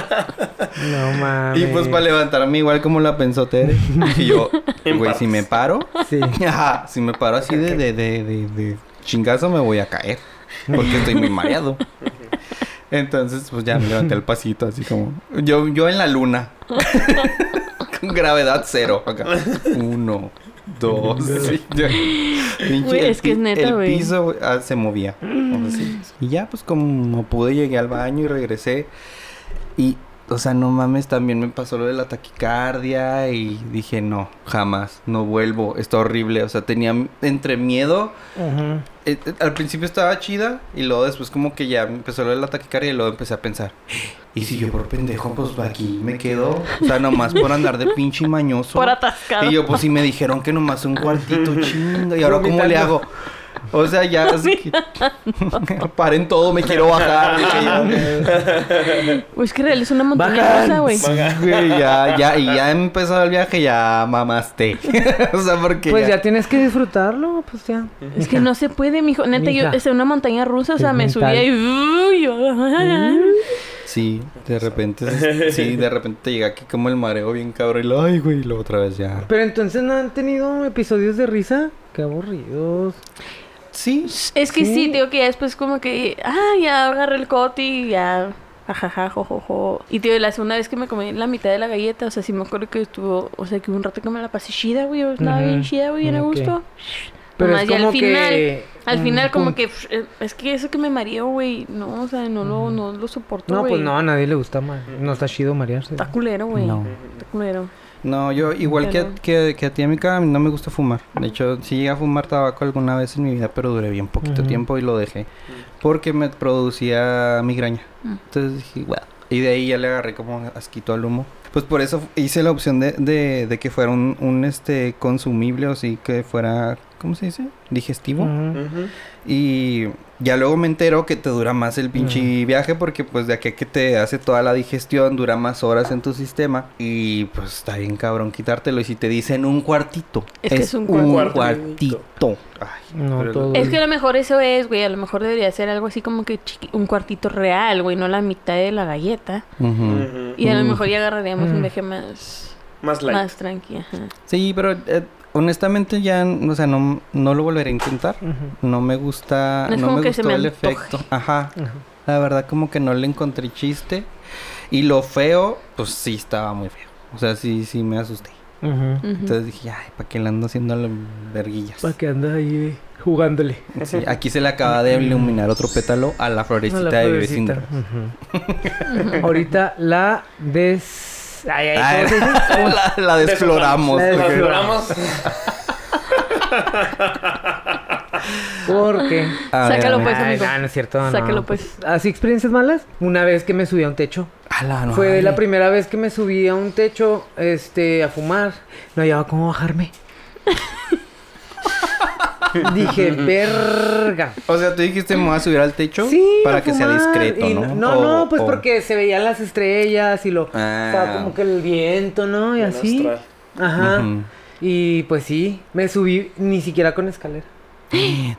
Speaker 4: No mames.
Speaker 2: Y pues para levantarme igual como la pensó Tere. Y yo,
Speaker 5: En
Speaker 2: güey, si
Speaker 5: partes.
Speaker 2: me paro,
Speaker 4: Sí.
Speaker 2: ajá, si me paro así de, de, de, de, de chingazo me voy a caer. Porque estoy muy mareado. Entonces, pues ya me levanté al pasito, así como. Yo, yo en la luna. Con gravedad cero. Acá. Uno, dos. sí, yo- pinche,
Speaker 3: Güey,
Speaker 2: el
Speaker 3: es que es
Speaker 2: pi-
Speaker 3: neta,
Speaker 2: El
Speaker 3: güey. Mm.
Speaker 2: piso güey, ah, se movía. O sea, sí. Y ya, pues como pude, llegué al baño y regresé. Y, o sea, no mames, también me pasó lo de la taquicardia y dije, no, jamás, no vuelvo, está horrible. O sea, tenía m- entre miedo,
Speaker 4: Ujú.
Speaker 2: eh, eh, al principio estaba chida y luego después como que ya me empezó lo de la taquicardia y luego empecé a pensar, ¿y si yo por pendejo, pues aquí me quedo? O sea, nomás por andar de pinche mañoso.
Speaker 3: Por atascado.
Speaker 2: Y yo, pues sí me dijeron que nomás un cuartito, chinga. ¿Y ahora cómo le hago? O sea, ya. así que- Paren todo, me quiero bajar. dije yo.
Speaker 3: Uy, es que real es una montaña
Speaker 4: Bajan.
Speaker 3: rusa, güey.
Speaker 2: Güey, ya, ya, y ya empezó el viaje, ya mamaste. o sea, porque.
Speaker 4: Pues ya tienes que disfrutarlo, pues ya.
Speaker 3: Es que no se puede, mijo. Neta, yo
Speaker 4: Mija.
Speaker 3: es una montaña rusa, o sea,
Speaker 4: Es
Speaker 3: me
Speaker 4: mental.
Speaker 3: subía y. uy, yo-
Speaker 2: Mm. Sí, de repente. se- Sí, de repente te llega aquí como el mareo bien cabrón. Y lo, ay, güey, y luego otra vez ya.
Speaker 4: Pero entonces no han tenido episodios de risa. Qué aburridos.
Speaker 2: Sí.
Speaker 3: Es que sí,
Speaker 4: Sí.
Speaker 3: digo que ya después como que, ah, ya agarré el cote y ya, ajaja, jojojo. Y tío, la segunda vez que me comí la mitad de la galleta, o sea, sí me acuerdo que estuvo, o sea, que hubo un rato que me la pasé chida, güey, estaba
Speaker 4: Ujú.
Speaker 3: bien chida, güey, bien a
Speaker 4: Ok.
Speaker 3: gusto.
Speaker 4: Pero
Speaker 3: Nomás
Speaker 4: es
Speaker 3: ya
Speaker 4: como
Speaker 3: al final,
Speaker 4: que.
Speaker 3: al
Speaker 4: mm,
Speaker 3: final como
Speaker 4: pum.
Speaker 3: que, pf, eh, es que eso que me mareó, güey, no, o sea, no lo, no lo soporto,
Speaker 4: No,
Speaker 3: güey.
Speaker 4: pues no, a nadie le gusta más. No está chido marearse.
Speaker 3: Está culero, güey.
Speaker 2: No.
Speaker 3: Está culero.
Speaker 2: No, yo igual que, a- que, que a ti, amiga, a mí no me gusta fumar. De hecho, sí llegué a fumar tabaco alguna vez en mi vida, pero duré bien poquito
Speaker 4: Ujú.
Speaker 2: tiempo y lo dejé. Porque me producía migraña.
Speaker 3: Mm.
Speaker 2: Entonces dije, "Bueno". Y de ahí ya le agarré como asquito al humo. Pues por eso hice la opción de, de, de que fuera un, un, este consumible, o sí, que fuera, ¿cómo se dice? Digestivo.
Speaker 4: Ujú.
Speaker 5: ujú.
Speaker 2: Y ya luego me entero que te dura más el pinche viaje porque pues de aquí a que te hace toda la digestión dura más horas en tu sistema y pues está bien cabrón quitártelo y si te dicen un cuartito
Speaker 3: Es que es un cuarto.
Speaker 2: cuartito. Ay,
Speaker 4: No,
Speaker 5: Pero-
Speaker 4: todo.
Speaker 3: Es que a lo mejor eso es, güey, a lo mejor debería ser algo así como que chiqui- un cuartito real, güey, no la mitad de la galleta.
Speaker 2: ujú.
Speaker 5: Ujú.
Speaker 3: Y a lo
Speaker 2: Mm.
Speaker 3: mejor ya agarraríamos un
Speaker 4: Mm.
Speaker 3: viaje más,
Speaker 5: Más light.
Speaker 3: más tranqui. ajá.
Speaker 2: Sí, pero eh, honestamente ya, o sea, no, no lo volveré a intentar.
Speaker 4: Ujú.
Speaker 2: No me gusta,
Speaker 3: No
Speaker 2: no,
Speaker 3: es como
Speaker 2: me
Speaker 3: que se
Speaker 2: gustó
Speaker 3: me
Speaker 2: el
Speaker 3: antoje.
Speaker 2: efecto. Ajá.
Speaker 4: Ajá.
Speaker 2: La verdad como que no le encontré chiste y lo feo, pues sí estaba muy feo. O sea, sí, sí me asusté.
Speaker 4: Ujú.
Speaker 3: Ujú.
Speaker 2: Entonces dije, ay, ¿para qué le ando haciendo las verguillas?
Speaker 4: ¿Para qué andas ahí eh, jugándole?
Speaker 2: Sí, aquí se le acaba de iluminar otro pétalo a la florecita
Speaker 4: A la
Speaker 2: de
Speaker 4: florecita.
Speaker 2: Vivecindra.
Speaker 4: Ujú. Ahorita la des... Ay, ay,
Speaker 2: Ah.
Speaker 4: ¿cómo se dice?
Speaker 2: la, la desfloramos.
Speaker 4: La
Speaker 5: Las
Speaker 4: desfloramos.
Speaker 2: porque-
Speaker 5: logramos.
Speaker 4: Porque...
Speaker 2: A ver,
Speaker 3: Sácalo,
Speaker 2: a ver.
Speaker 3: pues, amigo.
Speaker 4: no, no es cierto. no.
Speaker 3: Sáquelo, pues.
Speaker 4: ¿Así experiencias malas? Una vez que me subí a un techo.
Speaker 2: Ala, no,
Speaker 4: Fue
Speaker 2: ay.
Speaker 4: la primera vez que me subí a un techo este, a fumar. No hallaba cómo bajarme. Dije, verga.
Speaker 2: O sea, tú dijiste, me voy a subir al techo
Speaker 4: Sí,
Speaker 2: para
Speaker 4: a
Speaker 2: que sea
Speaker 4: fumar.
Speaker 2: discreto,
Speaker 4: Y
Speaker 2: ¿no?
Speaker 4: No,
Speaker 2: O-
Speaker 4: no, pues
Speaker 2: o-
Speaker 4: porque se veían las estrellas y lo...
Speaker 2: Ah.
Speaker 4: estaba como que el viento, ¿no? Y
Speaker 5: Bien
Speaker 4: así.
Speaker 5: astral.
Speaker 4: Ajá.
Speaker 2: Ujú.
Speaker 4: Y pues sí, me subí ni siquiera con escalera.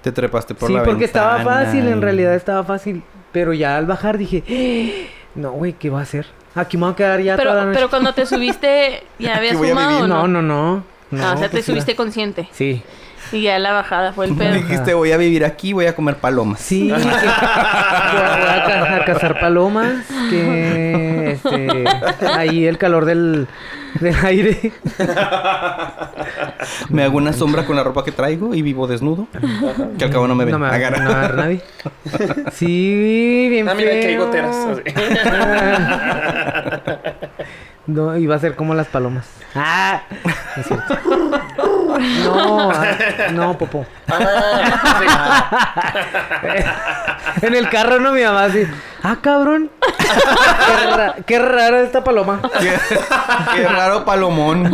Speaker 2: Te trepaste por
Speaker 4: sí,
Speaker 2: la
Speaker 4: porque estaba
Speaker 2: ventana
Speaker 4: fácil,
Speaker 2: y-
Speaker 4: en realidad estaba fácil. Pero ya al bajar dije, "Eh, no, güey, ¿qué va a hacer? Aquí me voy a quedar ya toda la
Speaker 3: Pero,
Speaker 4: noche.
Speaker 3: pero cuando te subiste, ¿ya habías
Speaker 7: voy a
Speaker 3: fumado o
Speaker 7: vivir.
Speaker 4: no,
Speaker 3: no?
Speaker 4: no, no.
Speaker 3: Ah, o sea, te
Speaker 4: pues, sí,
Speaker 3: subiste
Speaker 4: la-
Speaker 3: consciente.
Speaker 4: Sí.
Speaker 3: Y ya la bajada fue el pedo.
Speaker 2: Dijiste, voy a vivir aquí, voy a comer palomas.
Speaker 4: Sí, que voy a, voy a ca- a cazar palomas, que este, ahí el calor del, del aire.
Speaker 2: Me hago una sombra con la ropa que traigo y vivo desnudo. Que al cabo no me ven.
Speaker 4: No me va
Speaker 2: Agarra.
Speaker 4: no me va a ver nadie. Sí, bien
Speaker 5: Ah, mira, que hay
Speaker 4: feo.
Speaker 5: goteras. así.
Speaker 4: No, iba a ser como las palomas. ¡Ah! No es cierto. No, ah, no, Popo.
Speaker 2: Ah,
Speaker 4: en el carro, no, mi mamá así. ¡Ah, cabrón! ¡Qué, ra- qué rara esta paloma!
Speaker 2: Qué, qué raro palomón.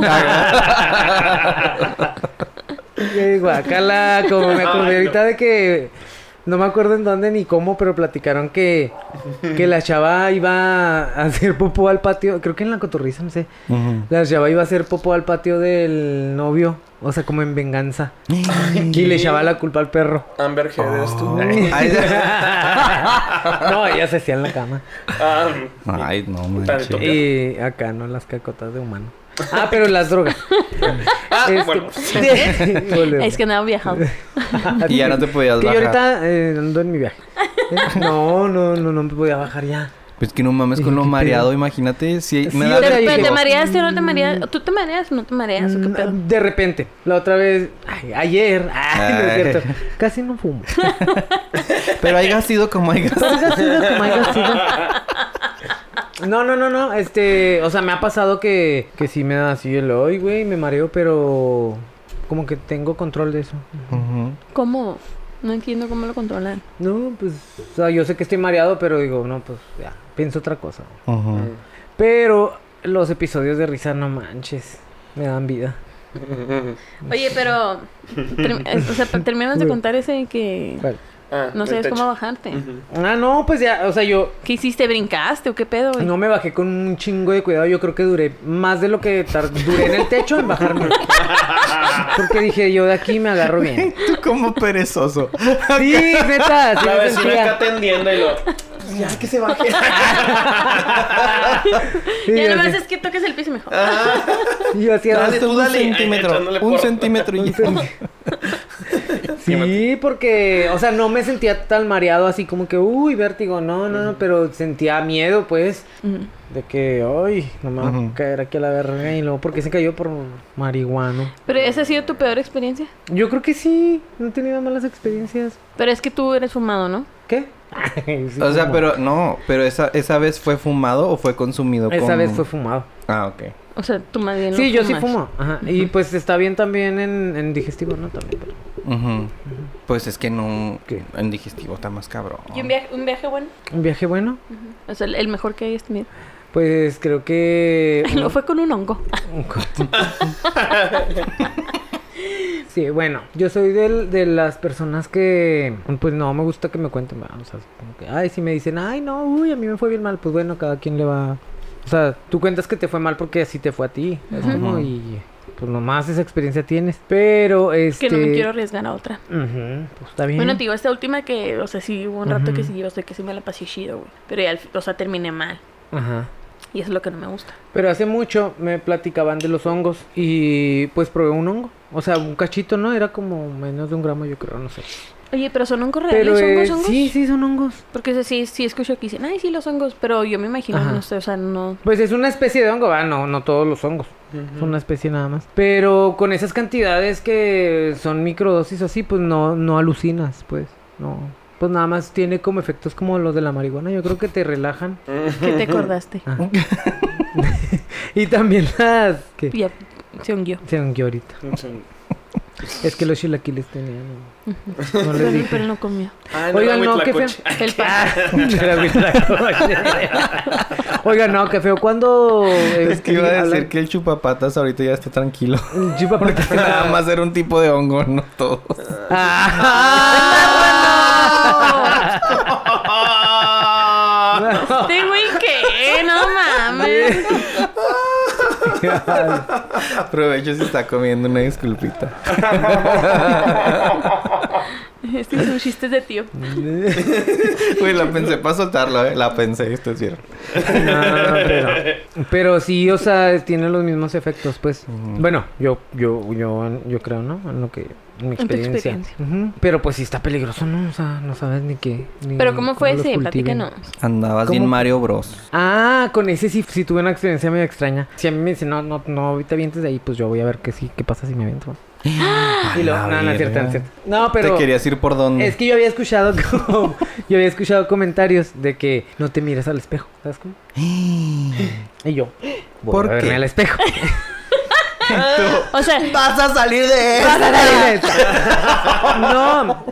Speaker 4: Qué guacala, como me acordé ahorita de que no me acuerdo en dónde ni cómo, pero platicaron que, que la chava iba a hacer popó al patio, creo que en la cotorriza, no sé.
Speaker 2: Ujú.
Speaker 4: La chava iba a hacer popó al patio del novio, o sea, como en venganza. Y le echaba la culpa al perro.
Speaker 5: Amber Heard eres tú.
Speaker 2: Ay,
Speaker 4: No, ella se hacía en la cama.
Speaker 5: Ah,
Speaker 2: Ay, no
Speaker 5: Tan
Speaker 2: manches.
Speaker 5: de toque.
Speaker 4: Y acá, ¿no? Las cacotas de humano. Ah, pero las drogas.
Speaker 5: Ah,
Speaker 4: Este-
Speaker 5: bueno.
Speaker 4: Volvemos.
Speaker 3: Es que no había viajado.
Speaker 2: Y ya no te podías
Speaker 4: Que yo
Speaker 2: bajar.
Speaker 4: ahorita eh, ando en mi viaje. No, no, no, no me podía bajar ya.
Speaker 2: Pues que no mames con lo
Speaker 4: ¿Qué pedo?
Speaker 2: mareado, imagínate. Si
Speaker 4: Sí,
Speaker 2: me
Speaker 4: o
Speaker 2: da
Speaker 3: Pero,
Speaker 4: sea, yo
Speaker 3: pero
Speaker 2: vértigo.
Speaker 3: te
Speaker 4: digo,
Speaker 3: mareaste o no te mareas. ¿Tú te mareas o no te mareas? ¿O qué
Speaker 4: Mm,
Speaker 3: pedo?
Speaker 4: De repente, la otra vez, ay, ayer, ay, no es
Speaker 2: Ay.
Speaker 4: cierto, casi no fumo.
Speaker 2: Pero haya sido como haya sido.
Speaker 4: Oiga, sí, de tu maiga, sí, de- No, no, no, no, este, o sea, me ha pasado que, que sí me da así el hoy, güey, me mareo, pero como que tengo control de eso.
Speaker 2: Ujú.
Speaker 3: ¿Cómo? No entiendo cómo lo controlan.
Speaker 4: No, pues, o sea, yo sé que estoy mareado, pero digo, no, pues, ya, pienso otra cosa.
Speaker 5: Mm.
Speaker 2: Ujú.
Speaker 4: Pero los episodios de risa, no manches, me dan vida.
Speaker 3: Oye, pero. term- eh, O sea, pa- terminas de contar ese que.
Speaker 4: Vale.
Speaker 5: Ah,
Speaker 3: No
Speaker 5: el
Speaker 3: sabes
Speaker 5: techo.
Speaker 3: cómo bajarte.
Speaker 5: Ujú.
Speaker 4: Ah, no, pues ya, o sea, yo,
Speaker 3: ¿Qué hiciste? ¿Brincaste o qué pedo? güey?
Speaker 4: No me bajé con un chingo de cuidado. Yo creo que duré más de lo que tar- duré en el techo en bajarme. Porque dije, yo de aquí me agarro bien.
Speaker 2: Tú como perezoso.
Speaker 4: Sí, neta, sí
Speaker 5: La
Speaker 4: me
Speaker 5: vecina
Speaker 4: sentía.
Speaker 5: está atendiendo y lo. Pues Ya que se baje.
Speaker 4: Sí,
Speaker 3: Ya
Speaker 4: yo
Speaker 3: nomás
Speaker 4: así- Ah.
Speaker 3: es que toques el piso y mejor.
Speaker 4: y yo hacía
Speaker 5: Dale,
Speaker 4: dos-
Speaker 5: tú
Speaker 2: un
Speaker 5: dale. Echándole
Speaker 2: centímetro. Un
Speaker 5: por-
Speaker 2: centímetro y
Speaker 4: Sí, porque, o sea, no me sentía tan mareado así como que, uy, vértigo. No, no, no, pero sentía miedo, pues.
Speaker 3: Ujú.
Speaker 4: De que, ay, no me voy
Speaker 2: Ujú.
Speaker 4: a caer aquí a la verga. Y luego, porque se cayó por marihuano.
Speaker 3: Pero esa ha sido tu peor experiencia.
Speaker 4: Yo creo que sí, no he tenido malas experiencias.
Speaker 3: Pero es que tú eres fumado, ¿no?
Speaker 4: ¿Qué?
Speaker 2: O sea, pero no, pero esa, esa vez fue fumado o fue consumido
Speaker 4: Esa
Speaker 2: con-
Speaker 4: vez fue fumado.
Speaker 2: Ah, ok.
Speaker 3: O sea, tú más bien. no
Speaker 4: Sí, yo sí
Speaker 3: fumas.
Speaker 4: fumo. Ajá. Y pues está bien también en, en digestivo, ¿no? También. pero-
Speaker 2: Ujú. Pues es que no.
Speaker 4: ¿Qué?
Speaker 2: En digestivo está más cabrón.
Speaker 3: ¿Y un viaje, un viaje bueno?
Speaker 4: Un viaje bueno,
Speaker 3: O sea, el- el mejor que hayas tenido.
Speaker 4: pues creo que.
Speaker 3: Lo fue con un hongo.
Speaker 4: un co- Sí, bueno, yo soy del- de las personas que, pues no, me gusta que me cuenten, va, o sea, como que, ay, si me dicen, ay, no, uy, a mí me fue bien mal, pues bueno, cada quien le va, o sea, tú cuentas que te fue mal porque así te fue a ti, es como, y pues nomás esa experiencia tienes, pero, este...
Speaker 3: Que no me quiero arriesgar a otra.
Speaker 4: Ujú, pues está bien.
Speaker 3: Bueno, te digo, esta última que, o sea, sí hubo un rato que
Speaker 4: Ujú.
Speaker 3: sí, yo sé que sí me la pasé chido, güey. Pero ya, al fi- o sea, terminé mal.
Speaker 4: Ajá.
Speaker 3: Y eso es lo que no me gusta.
Speaker 4: Pero hace mucho me platicaban de los hongos y pues probé un hongo. O sea, un cachito, ¿no? Era como menos de un gramo, yo creo, no sé.
Speaker 3: Oye, pero son hongos
Speaker 4: Pero
Speaker 3: reales, hongos,
Speaker 4: eh,
Speaker 3: hongos.
Speaker 4: sí, sí, son hongos.
Speaker 3: Porque o sea, sí, sí escucho que dicen, ay, sí, los hongos. Pero yo me imagino,
Speaker 4: Ajá.
Speaker 3: no sé, o sea, no.
Speaker 4: Pues es una especie de hongo, va, no, no todos los hongos. Es una especie nada más. Pero con esas cantidades que son microdosis o así, pues no, no alucinas, pues. No. Pues nada más tiene como efectos como los de la marihuana. Yo creo que te relajan.
Speaker 3: ¿Qué te acordaste?
Speaker 4: Ajá. y también las que
Speaker 3: Ya se hundió.
Speaker 4: se hongueó ahorita. Es que los chilaquiles tenían. No les
Speaker 3: Pero,
Speaker 4: dije.
Speaker 3: pero no comió.
Speaker 5: Ah,
Speaker 4: Oigan,
Speaker 5: güey,
Speaker 4: no, qué feo.
Speaker 5: tlacoche.
Speaker 3: El pan.
Speaker 4: Era Huitlacoche. Oigan, no, qué feo. ¿Cuándo? eh,
Speaker 2: Es que iba a
Speaker 4: hablan-
Speaker 2: decir que el chupapatas ahorita ya está tranquilo.
Speaker 4: Chupa
Speaker 2: Porque
Speaker 4: patas.
Speaker 2: nada más era un tipo de hongo, no todos.
Speaker 4: Ah. No.
Speaker 3: Este güey, ¿qué? No mames.
Speaker 2: Aprovecho si está comiendo una disculpita.
Speaker 3: Este es un chiste de tío.
Speaker 4: Mm,
Speaker 2: Güey, la pensé para soltarlo, eh. La pensé, esto es cierto.
Speaker 4: No, pero, pero sí, o sea, tiene los mismos efectos, pues. Bueno, yo, yo, yo, yo creo, ¿no? En lo que, en mi
Speaker 3: tu
Speaker 4: experiencia.
Speaker 3: experiencia.
Speaker 4: Ujú. Pero pues sí está peligroso, ¿no? O sea, no sabes ni qué. ni
Speaker 3: Pero ¿cómo fue
Speaker 4: los
Speaker 3: ese?
Speaker 4: cultiven.
Speaker 3: Platícanos.
Speaker 8: Andabas
Speaker 4: ¿Cómo?
Speaker 8: bien Mario Bros.
Speaker 4: Ah, con ese sí, sí tuve una experiencia medio extraña. Si a mí me dicen, no, no, no te avientes de ahí, pues yo voy a ver qué sí, qué pasa si me aviento. Y luego-
Speaker 2: Ah. la
Speaker 4: no, no es cierto, no
Speaker 2: verga.
Speaker 4: es cierto. No, pero...
Speaker 2: Te querías ir por donde.
Speaker 4: Es que yo había escuchado como- yo había escuchado comentarios de que no te mires al espejo, ¿sabes cómo? Y yo voy
Speaker 2: ¿Por
Speaker 4: a verme
Speaker 2: qué?
Speaker 4: al espejo.
Speaker 3: O sea,
Speaker 2: ¡Vas a salir de él!
Speaker 4: no.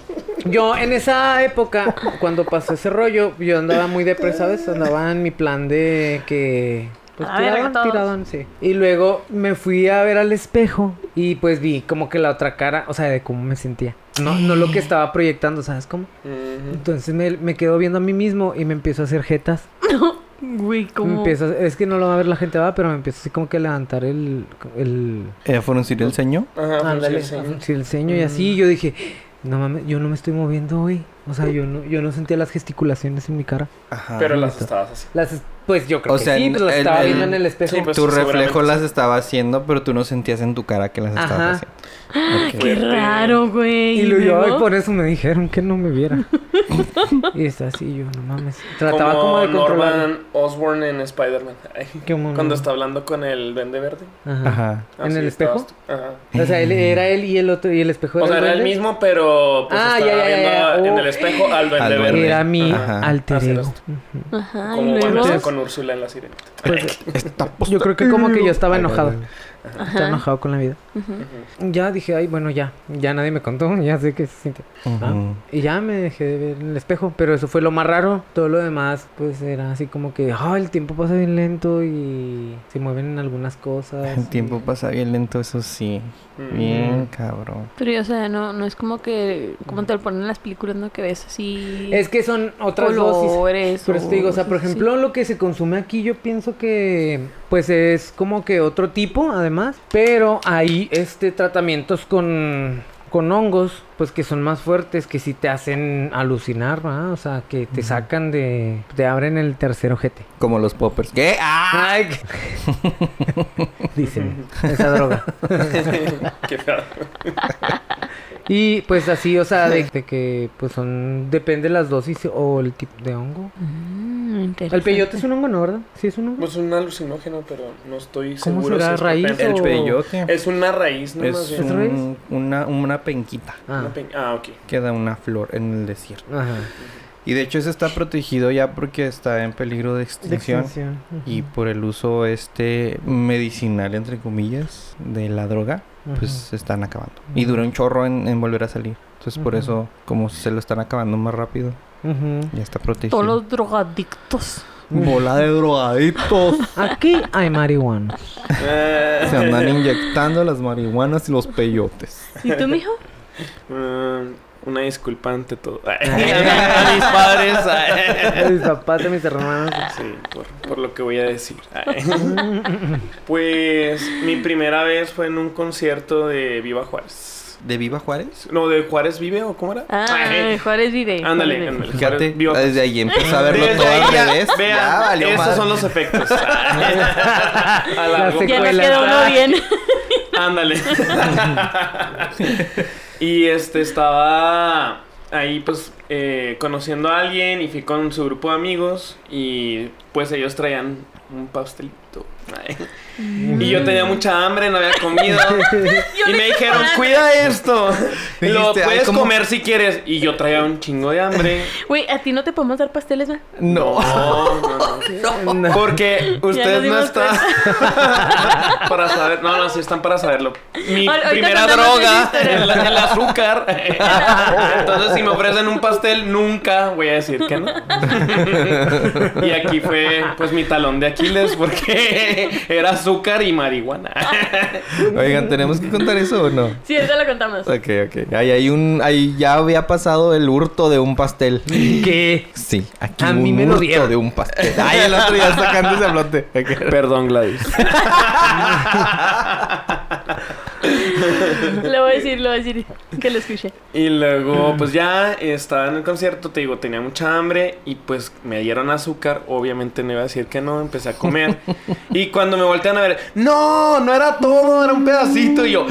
Speaker 4: Yo en esa época, cuando pasó ese rollo, yo andaba muy depresa, ¿sabes? Andaba en mi plan de que... Pues
Speaker 3: A la Ah, verga
Speaker 4: tiradón,
Speaker 3: todos.
Speaker 4: tiradón, sí. Y luego me fui a ver al espejo y pues vi como que la otra cara, o sea, de cómo me sentía. No, no lo que estaba proyectando, ¿sabes cómo?
Speaker 5: Ujú.
Speaker 4: Entonces me, me quedo viendo a mí mismo y me empiezo a hacer jetas.
Speaker 3: güey,
Speaker 4: Me
Speaker 3: ¿cómo?
Speaker 4: empiezo a- es que no lo va a ver la gente, va, pero me empiezo así como que a levantar el... el
Speaker 2: ¿Era fruncir el ceño?
Speaker 5: Ajá, pues
Speaker 4: ándale,
Speaker 5: sí, sí.
Speaker 4: sí, el ceño y así. Yo dije, no mames, yo no me estoy moviendo, güey. O sea, yo no, yo no sentía las gesticulaciones en mi cara.
Speaker 2: Ajá.
Speaker 5: Pero las
Speaker 4: listo.
Speaker 5: estabas así.
Speaker 4: Las, pues yo creo
Speaker 8: O
Speaker 4: que
Speaker 8: sea,
Speaker 4: sí,
Speaker 8: en-
Speaker 4: pues las
Speaker 8: el-
Speaker 4: estaba
Speaker 8: el-
Speaker 4: viendo en el espejo.
Speaker 5: Sí, pues,
Speaker 2: tu
Speaker 5: seguramente
Speaker 2: reflejo
Speaker 5: sí.
Speaker 2: las estaba haciendo, pero tú no sentías en tu cara que las
Speaker 4: Ajá.
Speaker 2: estabas haciendo.
Speaker 3: Qué raro, güey.
Speaker 4: y luego yo, ay,
Speaker 3: luego?
Speaker 4: por eso me dijeron que no me viera. y está así, yo, no mames. Trataba como, de controlar.
Speaker 5: Norman Osborn en Spider-Man. Ay,
Speaker 4: Como
Speaker 5: Cuando
Speaker 4: no.
Speaker 5: está hablando con el Duende Verde. Ah,
Speaker 4: Ajá.
Speaker 2: Ajá.
Speaker 4: ¿En el
Speaker 5: estabas
Speaker 4: espejo?
Speaker 5: tú. Ajá.
Speaker 4: O sea, él, era él y el otro, y el espejo
Speaker 5: O sea, era el
Speaker 4: duende.
Speaker 5: mismo, pero pues
Speaker 4: Ah,
Speaker 5: estaba
Speaker 4: ya, ya, ya,
Speaker 5: viendo
Speaker 4: ya.
Speaker 5: a- en el
Speaker 4: Oh.
Speaker 5: espejo al Duende
Speaker 2: Al Duende.
Speaker 5: Verde.
Speaker 4: Era mi
Speaker 2: Ajá.
Speaker 4: alter
Speaker 5: Hacer
Speaker 4: ego.
Speaker 5: esto.
Speaker 3: Ajá, y
Speaker 5: Como cuando
Speaker 3: luego.
Speaker 5: está con Úrsula en la sirena.
Speaker 4: Pues, yo creo que como que yo estaba enojado. Estaba enojado con la vida. Ya dije, ay, bueno, ya. Ya nadie me contó, ya sé que se siente. Ah,
Speaker 2: Ujú.
Speaker 4: Y ya me dejé de ver en el espejo. Pero eso fue lo más raro. Todo lo demás, pues era así como que, ah, el tiempo pasa bien lento y se mueven algunas cosas.
Speaker 2: El tiempo pasa bien lento, eso sí.
Speaker 5: Mm.
Speaker 2: Bien, cabrón.
Speaker 3: Pero, o sea, no, no es como que. Como te lo ponen en las películas, ¿no? Que ves así.
Speaker 4: Es que son otras dosis.
Speaker 3: colores.
Speaker 4: Pero te digo, o sea, por ejemplo, lo que se consume aquí yo pienso que pues es como que otro tipo, además, pero hay este tratamientos con con hongos, pues que son más fuertes, que sí te hacen alucinar, ¿verdad? O sea, que te sacan de te abren el tercer ojete.
Speaker 2: Como los poppers. ¿Qué? ¡Ah!
Speaker 4: Ay. Ah. Dicen, esa droga.
Speaker 5: Qué feo.
Speaker 4: Y pues así, o sea, de, de que pues son depende las dosis o el tipo de hongo.
Speaker 3: Mm,
Speaker 4: El peyote es un hongo, ¿no, verdad? Sí es un hongo.
Speaker 5: Pues un alucinógeno, pero no estoy
Speaker 4: ¿Cómo
Speaker 5: seguro.
Speaker 4: será?
Speaker 5: es
Speaker 4: ¿Raíz
Speaker 5: propena.
Speaker 2: El
Speaker 4: o-
Speaker 2: peyote.
Speaker 5: Es una raíz, ¿no? Más
Speaker 2: Es
Speaker 5: bien.
Speaker 4: ¿Es
Speaker 2: un- una, una penquita
Speaker 4: Ah.
Speaker 5: Una pe- Ah, ok.
Speaker 2: que da una flor en el desierto.
Speaker 4: Ajá.
Speaker 2: Y de hecho ese está protegido ya porque está en peligro de extinción. Y por el uso este medicinal, entre comillas, de la droga, pues se están acabando. Y dura un chorro en, en volver a salir. Entonces por
Speaker 4: Ujú.
Speaker 2: eso, como se lo están acabando más rápido, ya está protegido.
Speaker 3: Todos los drogadictos.
Speaker 2: Bola de drogadictos.
Speaker 4: Aquí hay marihuana.
Speaker 5: Eh,
Speaker 2: se andan inyectando las marihuanas y los peyotes.
Speaker 3: ¿Y tú, mijo?
Speaker 5: mm, una disculpa ante todo. Ay, a mis padres. ay.
Speaker 4: mis papás, de mis hermanos.
Speaker 5: Sí, por, por lo que voy a decir. Ay. Pues mi primera vez fue en un concierto de Viva Juárez.
Speaker 2: ¿De Viva Juárez?
Speaker 5: No, de Juárez Vive o cómo era?
Speaker 3: Ah,
Speaker 5: Ay.
Speaker 3: Juárez vive.
Speaker 5: Ándale,
Speaker 3: Juárez vive.
Speaker 5: ándale.
Speaker 2: Fíjate,
Speaker 5: Juárez Viva Juárez.
Speaker 2: desde ahí empecé a verlo
Speaker 5: Desde
Speaker 2: todo
Speaker 5: ahí
Speaker 2: al
Speaker 5: ya,
Speaker 2: revés.
Speaker 5: vean,
Speaker 2: ya valió
Speaker 5: esos
Speaker 2: madre.
Speaker 5: son los er- efectos. A la
Speaker 4: La
Speaker 3: Ya
Speaker 4: Secuela.
Speaker 3: no quedó uno bien.
Speaker 5: Ándale. y este estaba ahí pues eh, conociendo a alguien y fui con su grupo de amigos y pues ellos traían un pastelito. Ay. Y yo tenía mucha hambre, no había comido. y me dijeron, cuida esto. Lo
Speaker 2: Dijiste, "Ay,
Speaker 5: puedes
Speaker 2: ¿cómo?"
Speaker 5: comer si quieres. Y yo traía un chingo de hambre.
Speaker 3: Güey, a ti no te podemos dar pasteles, ¿verdad?
Speaker 2: No.
Speaker 5: No, no, no. Porque ustedes no
Speaker 3: dimos
Speaker 5: están para saber. No, no, sí están para saberlo. Mi
Speaker 3: Ahor- ahorita
Speaker 5: primera
Speaker 3: contamos esa
Speaker 5: droga,
Speaker 3: historia.
Speaker 5: el, el azúcar. Entonces, si me ofrecen un pastel, nunca voy a decir que no. Y aquí fue, pues, mi talón de Aquiles, porque era azúcar y marihuana.
Speaker 2: Oigan, ¿tenemos que contar eso o no?
Speaker 3: Sí, ahorita lo contamos.
Speaker 2: Ok, ok. Ahí hay un. Ahí ya había pasado el hurto de un pastel.
Speaker 4: ¿Qué?
Speaker 2: Sí, aquí
Speaker 4: A
Speaker 2: hubo
Speaker 4: mí
Speaker 2: un
Speaker 4: me lo
Speaker 2: hurto
Speaker 4: dieron.
Speaker 2: de un pastel. Ay, el otro ya sacando ese flote. Ok.
Speaker 5: Perdón, Gladys.
Speaker 3: Le voy a decir, le voy a decir que lo escuché.
Speaker 5: Y luego, pues ya estaba en el concierto, te digo, tenía mucha hambre y pues me dieron azúcar. Obviamente no iba a decir que no, empecé a comer. y cuando me voltean a ver, no, no era todo, era un pedacito. Y yo,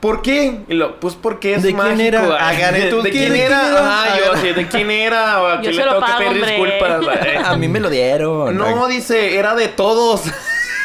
Speaker 5: ¿por qué? Y lo, pues porque es
Speaker 7: ¿De quién
Speaker 5: mágico.
Speaker 7: era? Agarré tu-
Speaker 5: ¿De quién
Speaker 7: ¿de quién
Speaker 5: era?
Speaker 7: era?
Speaker 5: Ajá, yo, así, ¿de quién era? ¿O a
Speaker 3: Yo
Speaker 5: quién
Speaker 3: se
Speaker 5: le
Speaker 3: lo
Speaker 5: tengo que
Speaker 3: pago,
Speaker 5: pedir
Speaker 3: hombre.
Speaker 5: disculpas?
Speaker 2: Ah,
Speaker 7: A mí me lo dieron.
Speaker 5: Eh, No, dice, era de todos.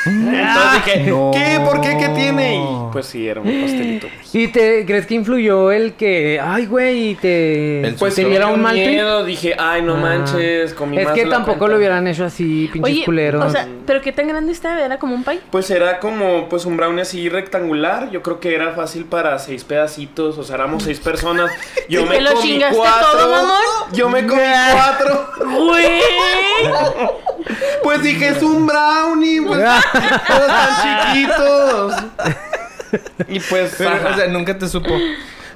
Speaker 5: Entonces dije,
Speaker 7: No.
Speaker 5: ¿qué? ¿Por qué? ¿Qué tiene? Y pues sí, era un pastelito.
Speaker 4: ¿Y te crees que influyó el que, ay, güey, y te,
Speaker 7: El
Speaker 4: pues, te
Speaker 7: susto.
Speaker 4: diera
Speaker 5: me dio
Speaker 4: un mal trip?
Speaker 5: miedo, dije, ay, no
Speaker 4: Ah.
Speaker 5: manches, comí
Speaker 4: Es
Speaker 5: más
Speaker 4: que
Speaker 5: de la
Speaker 4: tampoco
Speaker 5: cuenta".
Speaker 4: lo hubieran hecho así, pinches
Speaker 3: Oye,
Speaker 4: culeros.
Speaker 3: o sea, ¿pero qué tan grande estaba? ¿Era como un pie?
Speaker 5: Pues era como pues un brownie así rectangular. Yo creo que era fácil para seis pedacitos. O sea, éramos seis personas. Yo
Speaker 3: ¿Te
Speaker 5: me
Speaker 3: lo
Speaker 5: comí
Speaker 3: chingaste
Speaker 5: cuatro.
Speaker 3: todo, mamón?
Speaker 5: Yo me comí cuatro.
Speaker 3: ¡Güey!
Speaker 5: Pues dije, es un brownie. Pues, todos tan chiquitos. Y pues. ajá.
Speaker 7: o sea, nunca te supo.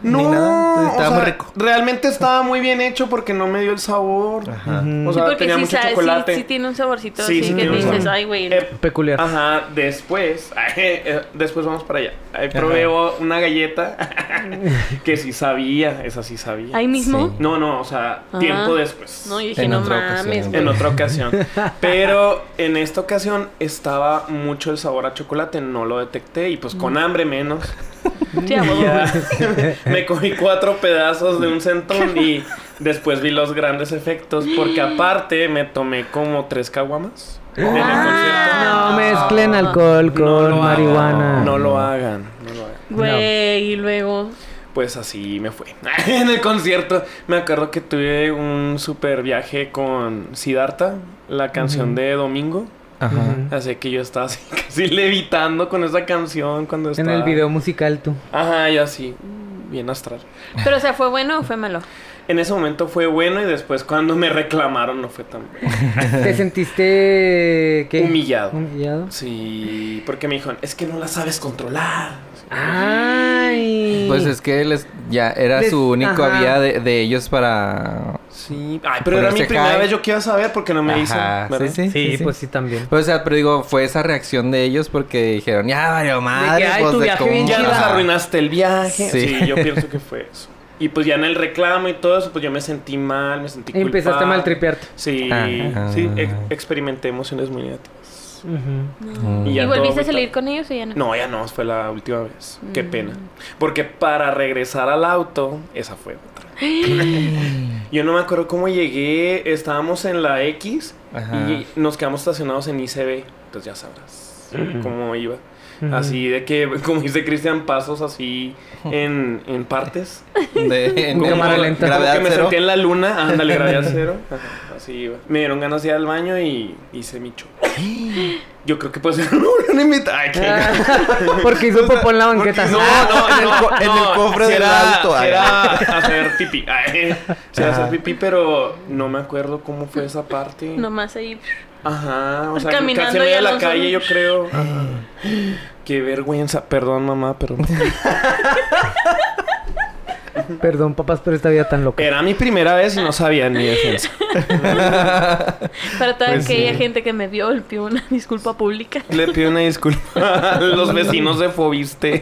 Speaker 5: no,
Speaker 7: ni nada,
Speaker 5: o
Speaker 7: estaba
Speaker 5: sea,
Speaker 7: rico.
Speaker 5: realmente estaba muy bien hecho porque no me dio el sabor.
Speaker 7: Ajá.
Speaker 3: Sí,
Speaker 5: O sea,
Speaker 3: porque
Speaker 5: tenía
Speaker 3: sí,
Speaker 5: mucho
Speaker 3: sabe, sí-
Speaker 5: chocolate.
Speaker 3: Sí, tiene un saborcito
Speaker 5: Sí,
Speaker 3: así
Speaker 5: sí
Speaker 3: que
Speaker 5: tiene
Speaker 3: te
Speaker 5: un
Speaker 3: dices,
Speaker 5: sabor.
Speaker 3: ay, güey.
Speaker 5: Eh,
Speaker 4: Peculiar.
Speaker 5: Ajá, después, eh, después vamos para allá. Ahí probé una galleta que sí sabía, esa sí sabía.
Speaker 3: Ahí mismo.
Speaker 7: Sí.
Speaker 5: No, no, o sea,
Speaker 3: Ajá.
Speaker 5: tiempo después.
Speaker 3: No, yo dije,
Speaker 7: En
Speaker 3: no
Speaker 7: otra
Speaker 3: mames,
Speaker 7: ocasión.
Speaker 5: En
Speaker 3: güey.
Speaker 5: otra ocasión. Pero en esta ocasión estaba mucho el sabor a chocolate, no lo detecté y pues
Speaker 3: Mm.
Speaker 5: con hambre menos.
Speaker 3: Sí, a
Speaker 5: Y
Speaker 3: huevo.
Speaker 5: ya me comí cuatro pedazos de un centón y después vi los grandes efectos porque aparte me tomé como tres caguamas. en el
Speaker 3: Ah.
Speaker 5: concierto.
Speaker 4: No mezclen alcohol
Speaker 5: No
Speaker 4: con
Speaker 5: lo hagan.
Speaker 4: marihuana.
Speaker 5: No lo hagan, no lo hagan.
Speaker 3: Güey, y luego...
Speaker 5: Pues así me fue. en el concierto me acuerdo que tuve un super viaje con Siddhartha, la canción de Domingo.
Speaker 7: Ajá.
Speaker 5: Así que yo estaba así casi levitando con esa canción cuando
Speaker 4: En
Speaker 5: estaba...
Speaker 4: el video musical tú.
Speaker 5: Ajá, yo así, mm, bien astral.
Speaker 3: Pero, o sea, ¿fue bueno o fue malo?
Speaker 5: En ese momento fue bueno y después cuando me reclamaron no fue tan bueno.
Speaker 4: ¿Te sentiste qué?
Speaker 5: Humillado.
Speaker 4: Humillado.
Speaker 5: Sí, porque me dijeron, es que no la sabes controlar.
Speaker 4: Ay.
Speaker 2: Pues es que les- ya era
Speaker 4: Les-
Speaker 2: su único
Speaker 4: ajá.
Speaker 2: vía de, de ellos para...
Speaker 5: Sí. Ay, pero era mi
Speaker 2: Ponerse
Speaker 5: primera
Speaker 2: high.
Speaker 5: vez, yo quiero saber porque no me dicen.
Speaker 2: Ajá, sí,
Speaker 5: ¿verdad?
Speaker 2: sí,
Speaker 4: sí,
Speaker 2: sí, sí.
Speaker 4: pues sí también.
Speaker 2: O sea, pero digo, fue esa reacción de ellos porque dijeron, ya valió madre,
Speaker 4: ay,
Speaker 2: pues,
Speaker 4: tu
Speaker 2: de
Speaker 4: viaje
Speaker 2: cómo-
Speaker 4: bien
Speaker 5: Ya
Speaker 4: chido.
Speaker 5: nos
Speaker 4: Chida.
Speaker 5: arruinaste el viaje. Sí.
Speaker 2: Sí.
Speaker 5: yo pienso que fue eso. Y pues ya en el reclamo y todo eso, pues yo me sentí mal, me sentí culpable.
Speaker 4: Empezaste a maltripearte.
Speaker 5: Sí,
Speaker 2: Ajá.
Speaker 5: sí, ex- experimenté emociones muy negativas.
Speaker 2: Mm.
Speaker 5: Y ya
Speaker 3: ¿Y
Speaker 5: todo
Speaker 3: volviste a
Speaker 5: fue
Speaker 3: salir
Speaker 5: tan-
Speaker 3: con ellos o ya no?
Speaker 5: No, ya no, fue la última vez.
Speaker 7: Mm.
Speaker 5: Qué pena. Porque para regresar al auto, esa fue otra. yo no me acuerdo cómo llegué, estábamos en la X
Speaker 7: Ajá.
Speaker 5: y nos quedamos estacionados en ICB, entonces ya sabrás cómo iba. Así de que, como dice Cristian, pasos así en, en partes.
Speaker 7: De, en
Speaker 5: Como-
Speaker 4: cámara
Speaker 5: como
Speaker 4: lenta.
Speaker 7: Gravedad
Speaker 5: que me
Speaker 7: cero.
Speaker 5: senté en la luna, ándale, gravedad cero. Ajá, así iba. Me dieron ganas de ir al baño y hice mi show. Yo creo que puede ser una imita- Ay, qué-
Speaker 7: Ah.
Speaker 4: Porque hizo popó en la banqueta. Ah,
Speaker 5: No, no,
Speaker 7: en el
Speaker 5: Ah, no,
Speaker 7: co- en el
Speaker 5: no,
Speaker 7: cofre
Speaker 5: sí
Speaker 7: del
Speaker 5: era-
Speaker 7: auto,
Speaker 5: sí
Speaker 7: ay.
Speaker 5: Era hacer pipí. Ay, sí era hacer pipí, pero no me acuerdo cómo fue esa parte.
Speaker 3: Nomás ahí...
Speaker 5: Ajá, o sea,
Speaker 3: Caminando
Speaker 5: casi me
Speaker 3: y
Speaker 5: iba a la
Speaker 3: Alonso-
Speaker 5: calle, yo creo. Qué vergüenza. Perdón, mamá, pero...
Speaker 4: Perdón, papás, pero esta vida tan loca.
Speaker 5: Era mi primera vez y no sabía en mi defensa.
Speaker 3: Para
Speaker 7: Pues
Speaker 3: toda aquella gente que me vio, le pido una disculpa pública.
Speaker 5: Le pido una disculpa a los vecinos de Fobiste.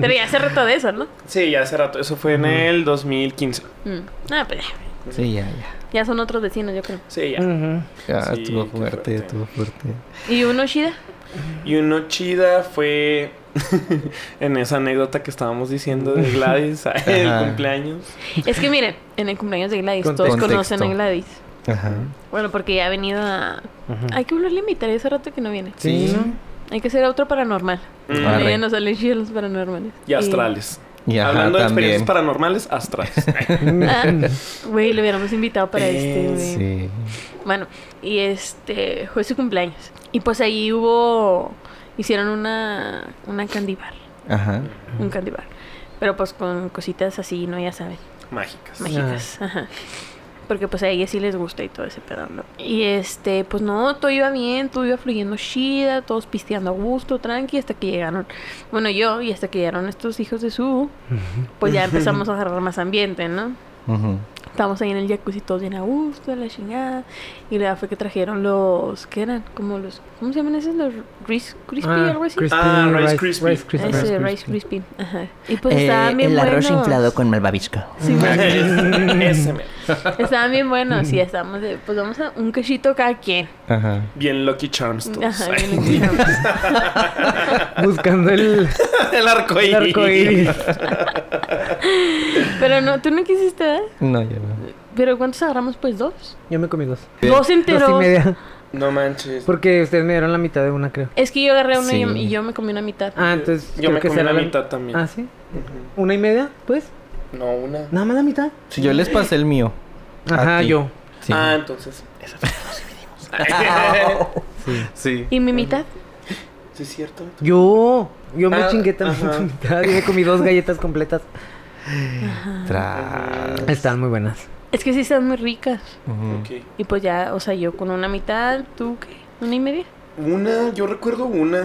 Speaker 3: Pero ya se retó de eso, ¿no?
Speaker 5: sí, ya hace rato. Eso fue en el 2015.
Speaker 3: Mm. Ah, pues ya.
Speaker 2: Sí, ya, ya.
Speaker 3: Ya son otros vecinos, yo creo.
Speaker 5: Sí, ya.
Speaker 4: Ujú.
Speaker 2: Ya,
Speaker 5: Sí,
Speaker 2: estuvo
Speaker 5: qué
Speaker 2: fuerte,
Speaker 5: fuerte.
Speaker 2: estuvo fuerte.
Speaker 3: ¿Y uno, Shida?
Speaker 5: Y uno chida fue en esa anécdota que estábamos diciendo de Gladys, el
Speaker 7: Ajá.
Speaker 5: cumpleaños.
Speaker 3: Es que miren, en el cumpleaños de Gladys,
Speaker 4: Contexto.
Speaker 3: todos conocen a
Speaker 2: Contexto.
Speaker 3: Gladys.
Speaker 7: Ajá.
Speaker 3: Bueno, porque ya ha venido a... Hay que volverle a invitar, hace rato que no viene.
Speaker 7: Sí.
Speaker 3: Hay que hacer otro paranormal.
Speaker 5: Mm.
Speaker 3: Con
Speaker 2: Arre.
Speaker 3: ella nos salen chidos los paranormales.
Speaker 5: Y astrales.
Speaker 2: Y ajá,
Speaker 5: Hablando de experiencias
Speaker 2: también.
Speaker 5: paranormales, astrales.
Speaker 3: Ah, Güey, lo hubiéramos invitado para este,
Speaker 5: Eh,
Speaker 3: güey.
Speaker 2: Sí.
Speaker 3: Bueno, y este fue su cumpleaños. Y pues ahí hubo. Hicieron una, una candy bar.
Speaker 2: Ajá.
Speaker 3: Un candy bar. Pero pues con cositas así, ¿no? Ya saben,
Speaker 5: Mágicas.
Speaker 9: Ah.
Speaker 3: mágicas. Ajá. Porque pues a ellas sí les gusta y todo ese pedo, ¿no? Y este, pues no, todo iba bien, todo iba fluyendo chida, todos pisteando a gusto, tranqui, hasta que llegaron. Bueno, yo, y hasta que llegaron estos hijos de su, pues ya empezamos a agarrar más ambiente, ¿no?
Speaker 2: Ujú.
Speaker 3: Estábamos ahí en el jacuzzi todos bien a gusto, la chingada. Y la fue que trajeron los, ¿qué eran? Como los, ¿cómo se llaman esos? Los Rice Crispy
Speaker 4: Ah,
Speaker 3: algo así.
Speaker 4: crispy,
Speaker 5: Ah, Rice
Speaker 4: rice-
Speaker 5: Krispie.
Speaker 4: Rice Krispie.
Speaker 3: Ese,
Speaker 4: Rice
Speaker 3: Rice
Speaker 4: Krispie.
Speaker 3: Crispy. Ajá. Y pues
Speaker 9: Eh,
Speaker 3: estaban bien
Speaker 9: el arroz
Speaker 3: buenos.
Speaker 9: inflado con malvavisco.
Speaker 3: Sí,
Speaker 5: Ese, mero.
Speaker 3: Estaban bien buenos. Sí, estábamos de, pues vamos a un cachito cada quien.
Speaker 7: Ajá.
Speaker 5: Bien Lucky Charms todos.
Speaker 3: Ajá, bien lucky
Speaker 4: Buscando el,
Speaker 5: El arco
Speaker 4: el arco iris.
Speaker 3: Pero no, tú no quisiste, ¿verdad?
Speaker 7: No, ya no.
Speaker 3: Pero ¿cuántos agarramos? Pues dos.
Speaker 4: Yo me comí dos.
Speaker 3: Dos
Speaker 4: Dos y
Speaker 3: enteros.
Speaker 4: media.
Speaker 5: No manches.
Speaker 4: Porque ustedes me dieron la mitad de una, creo.
Speaker 3: Es que yo agarré uno y-
Speaker 7: Sí.
Speaker 3: y yo me comí una mitad.
Speaker 4: Ah, entonces.
Speaker 5: Yo
Speaker 4: creo
Speaker 5: me
Speaker 4: que
Speaker 5: comí
Speaker 4: será
Speaker 5: la mitad también.
Speaker 4: Ah, sí. ¿Una y media? Pues.
Speaker 5: No, una.
Speaker 4: Nada más la mitad.
Speaker 7: Sí, Yo les pasé el mío.
Speaker 4: Ajá,
Speaker 7: ti.
Speaker 4: yo.
Speaker 7: Sí.
Speaker 5: Ah, entonces.
Speaker 7: sí.
Speaker 3: ¿Y mi mitad?
Speaker 5: Sí, es cierto.
Speaker 4: Yo. Yo me
Speaker 5: Ah,
Speaker 4: chingué también
Speaker 5: ajá.
Speaker 4: tu mitad. Y me comí dos galletas completas. Ah.
Speaker 7: Tras.
Speaker 4: Están muy buenas.
Speaker 3: Es que sí están muy ricas.
Speaker 7: Ujú.
Speaker 5: Ok.
Speaker 3: Y pues ya, o sea, yo con una mitad, tú qué, una y media.
Speaker 5: Una, yo recuerdo una.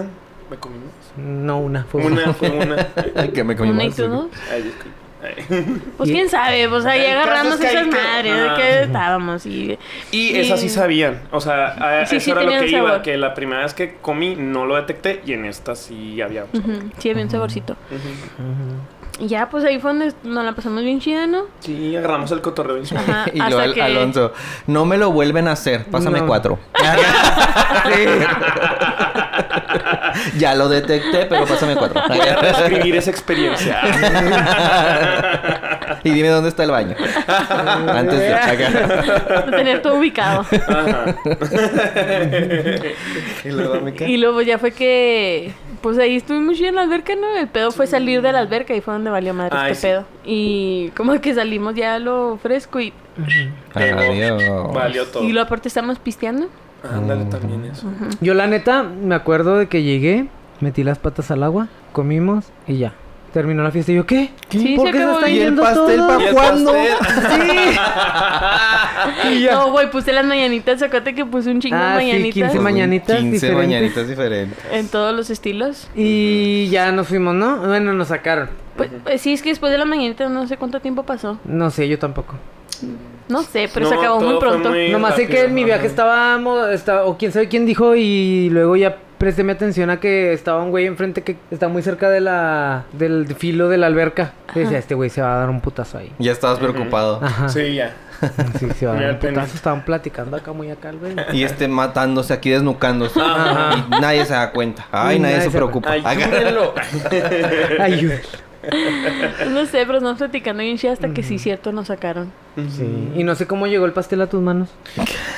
Speaker 5: ¿Me comí más?
Speaker 4: Pues No una, fue una.
Speaker 5: Una, fue una.
Speaker 7: Ay, que me comí
Speaker 3: Una y
Speaker 7: más.
Speaker 3: tú dos.
Speaker 5: Ay, disculpe. Ay.
Speaker 3: Pues
Speaker 4: Y-
Speaker 3: quién sabe, pues ahí
Speaker 5: El caso
Speaker 3: agarramos
Speaker 5: es que ahí
Speaker 3: esas
Speaker 5: que-
Speaker 3: madres de
Speaker 5: Ah.
Speaker 3: que estábamos y
Speaker 5: Y
Speaker 3: Sí.
Speaker 5: esas sí sabían. O sea, a- a
Speaker 3: Sí,
Speaker 5: eso
Speaker 3: sí
Speaker 5: era lo
Speaker 3: tenían
Speaker 5: que iba.
Speaker 3: sabor.
Speaker 5: Que la primera vez que comí no lo detecté y en esta sí había. un sabor.
Speaker 3: ujú, sí había un saborcito.
Speaker 5: Ujú.
Speaker 3: Y ya pues ahí fue donde nos la pasamos bien chida, ¿no?
Speaker 5: Sí, agarramos el cotorreo. bien suave.
Speaker 3: Ajá,
Speaker 7: Y luego
Speaker 3: Ah, hasta
Speaker 7: Al-
Speaker 3: que
Speaker 7: Alonso, no me lo vuelven a hacer, pásame
Speaker 4: No.
Speaker 7: cuatro. ya lo detecté, pero pásame cuatro.
Speaker 5: Voy a reescribir esa experiencia.
Speaker 7: y dime dónde está el baño. Antes de acá.
Speaker 3: tener todo ubicado.
Speaker 5: Ajá.
Speaker 7: Y luego me
Speaker 3: Y luego ya fue que pues ahí estuvimos chido en la alberca, ¿no? El pedo fue salir de la alberca y fue donde valió madre
Speaker 5: Ay,
Speaker 3: este
Speaker 5: sí.
Speaker 3: pedo. Y como que salimos ya a lo fresco y,
Speaker 5: Pero
Speaker 7: Adiós.
Speaker 5: Valió todo.
Speaker 3: y lo aparte estamos pisteando.
Speaker 5: Ándale también eso.
Speaker 4: Yo, la neta, me acuerdo de que llegué, metí las patas al agua, comimos y ya. Terminó la fiesta y yo, ¿qué?
Speaker 3: Sí,
Speaker 4: ¿Por
Speaker 3: se
Speaker 4: qué se
Speaker 3: acabó.
Speaker 4: está
Speaker 3: ¿Y el
Speaker 4: yendo
Speaker 7: pastel
Speaker 4: todo?
Speaker 7: pa' cuándo?
Speaker 5: Ah,
Speaker 4: Y ya.
Speaker 3: No, güey, puse las mañanitas, acuérdate que puse un chingo de
Speaker 4: Ah, sí,
Speaker 3: mañanitas
Speaker 4: 15 mañanitas
Speaker 7: 15
Speaker 4: diferentes.
Speaker 7: mañanitas diferentes.
Speaker 3: en todos los estilos.
Speaker 4: Y ya nos fuimos, ¿no? Bueno, nos sacaron.
Speaker 3: Pues, pues sí, es que después de las mañanitas no sé cuánto tiempo pasó.
Speaker 4: No sé, yo tampoco.
Speaker 3: No sé, pero se
Speaker 5: No,
Speaker 3: acabó muy
Speaker 5: todo fue
Speaker 3: pronto.
Speaker 5: muy
Speaker 4: Nomás sé
Speaker 5: rápido,
Speaker 4: que en mi
Speaker 5: ajá.
Speaker 4: viaje estábamos, estaba, o quién sabe quién dijo, y luego ya prestéme atención a que estaba un güey enfrente que está muy cerca de la, del filo de la alberca. Y decía, este güey se va a dar un putazo ahí.
Speaker 7: Ya estabas preocupado.
Speaker 4: Ajá. Sí,
Speaker 5: Sí, ya.
Speaker 4: se va a
Speaker 5: Mira
Speaker 4: dar
Speaker 5: el
Speaker 4: un
Speaker 5: pene.
Speaker 4: putazo. Estaban platicando acá muy acá, el güey.
Speaker 7: Y este matándose aquí desnucándose.
Speaker 5: Ajá.
Speaker 7: Y nadie se da cuenta. Ay,
Speaker 4: Y
Speaker 7: nadie,
Speaker 4: nadie
Speaker 7: se
Speaker 4: se-
Speaker 7: preocupa.
Speaker 5: Ayúdenlo.
Speaker 4: Ayuda.
Speaker 3: No sé, pero nos platicando bien chido hasta que sí, cierto, nos sacaron.
Speaker 4: Sí. Y no sé cómo llegó el pastel a tus manos.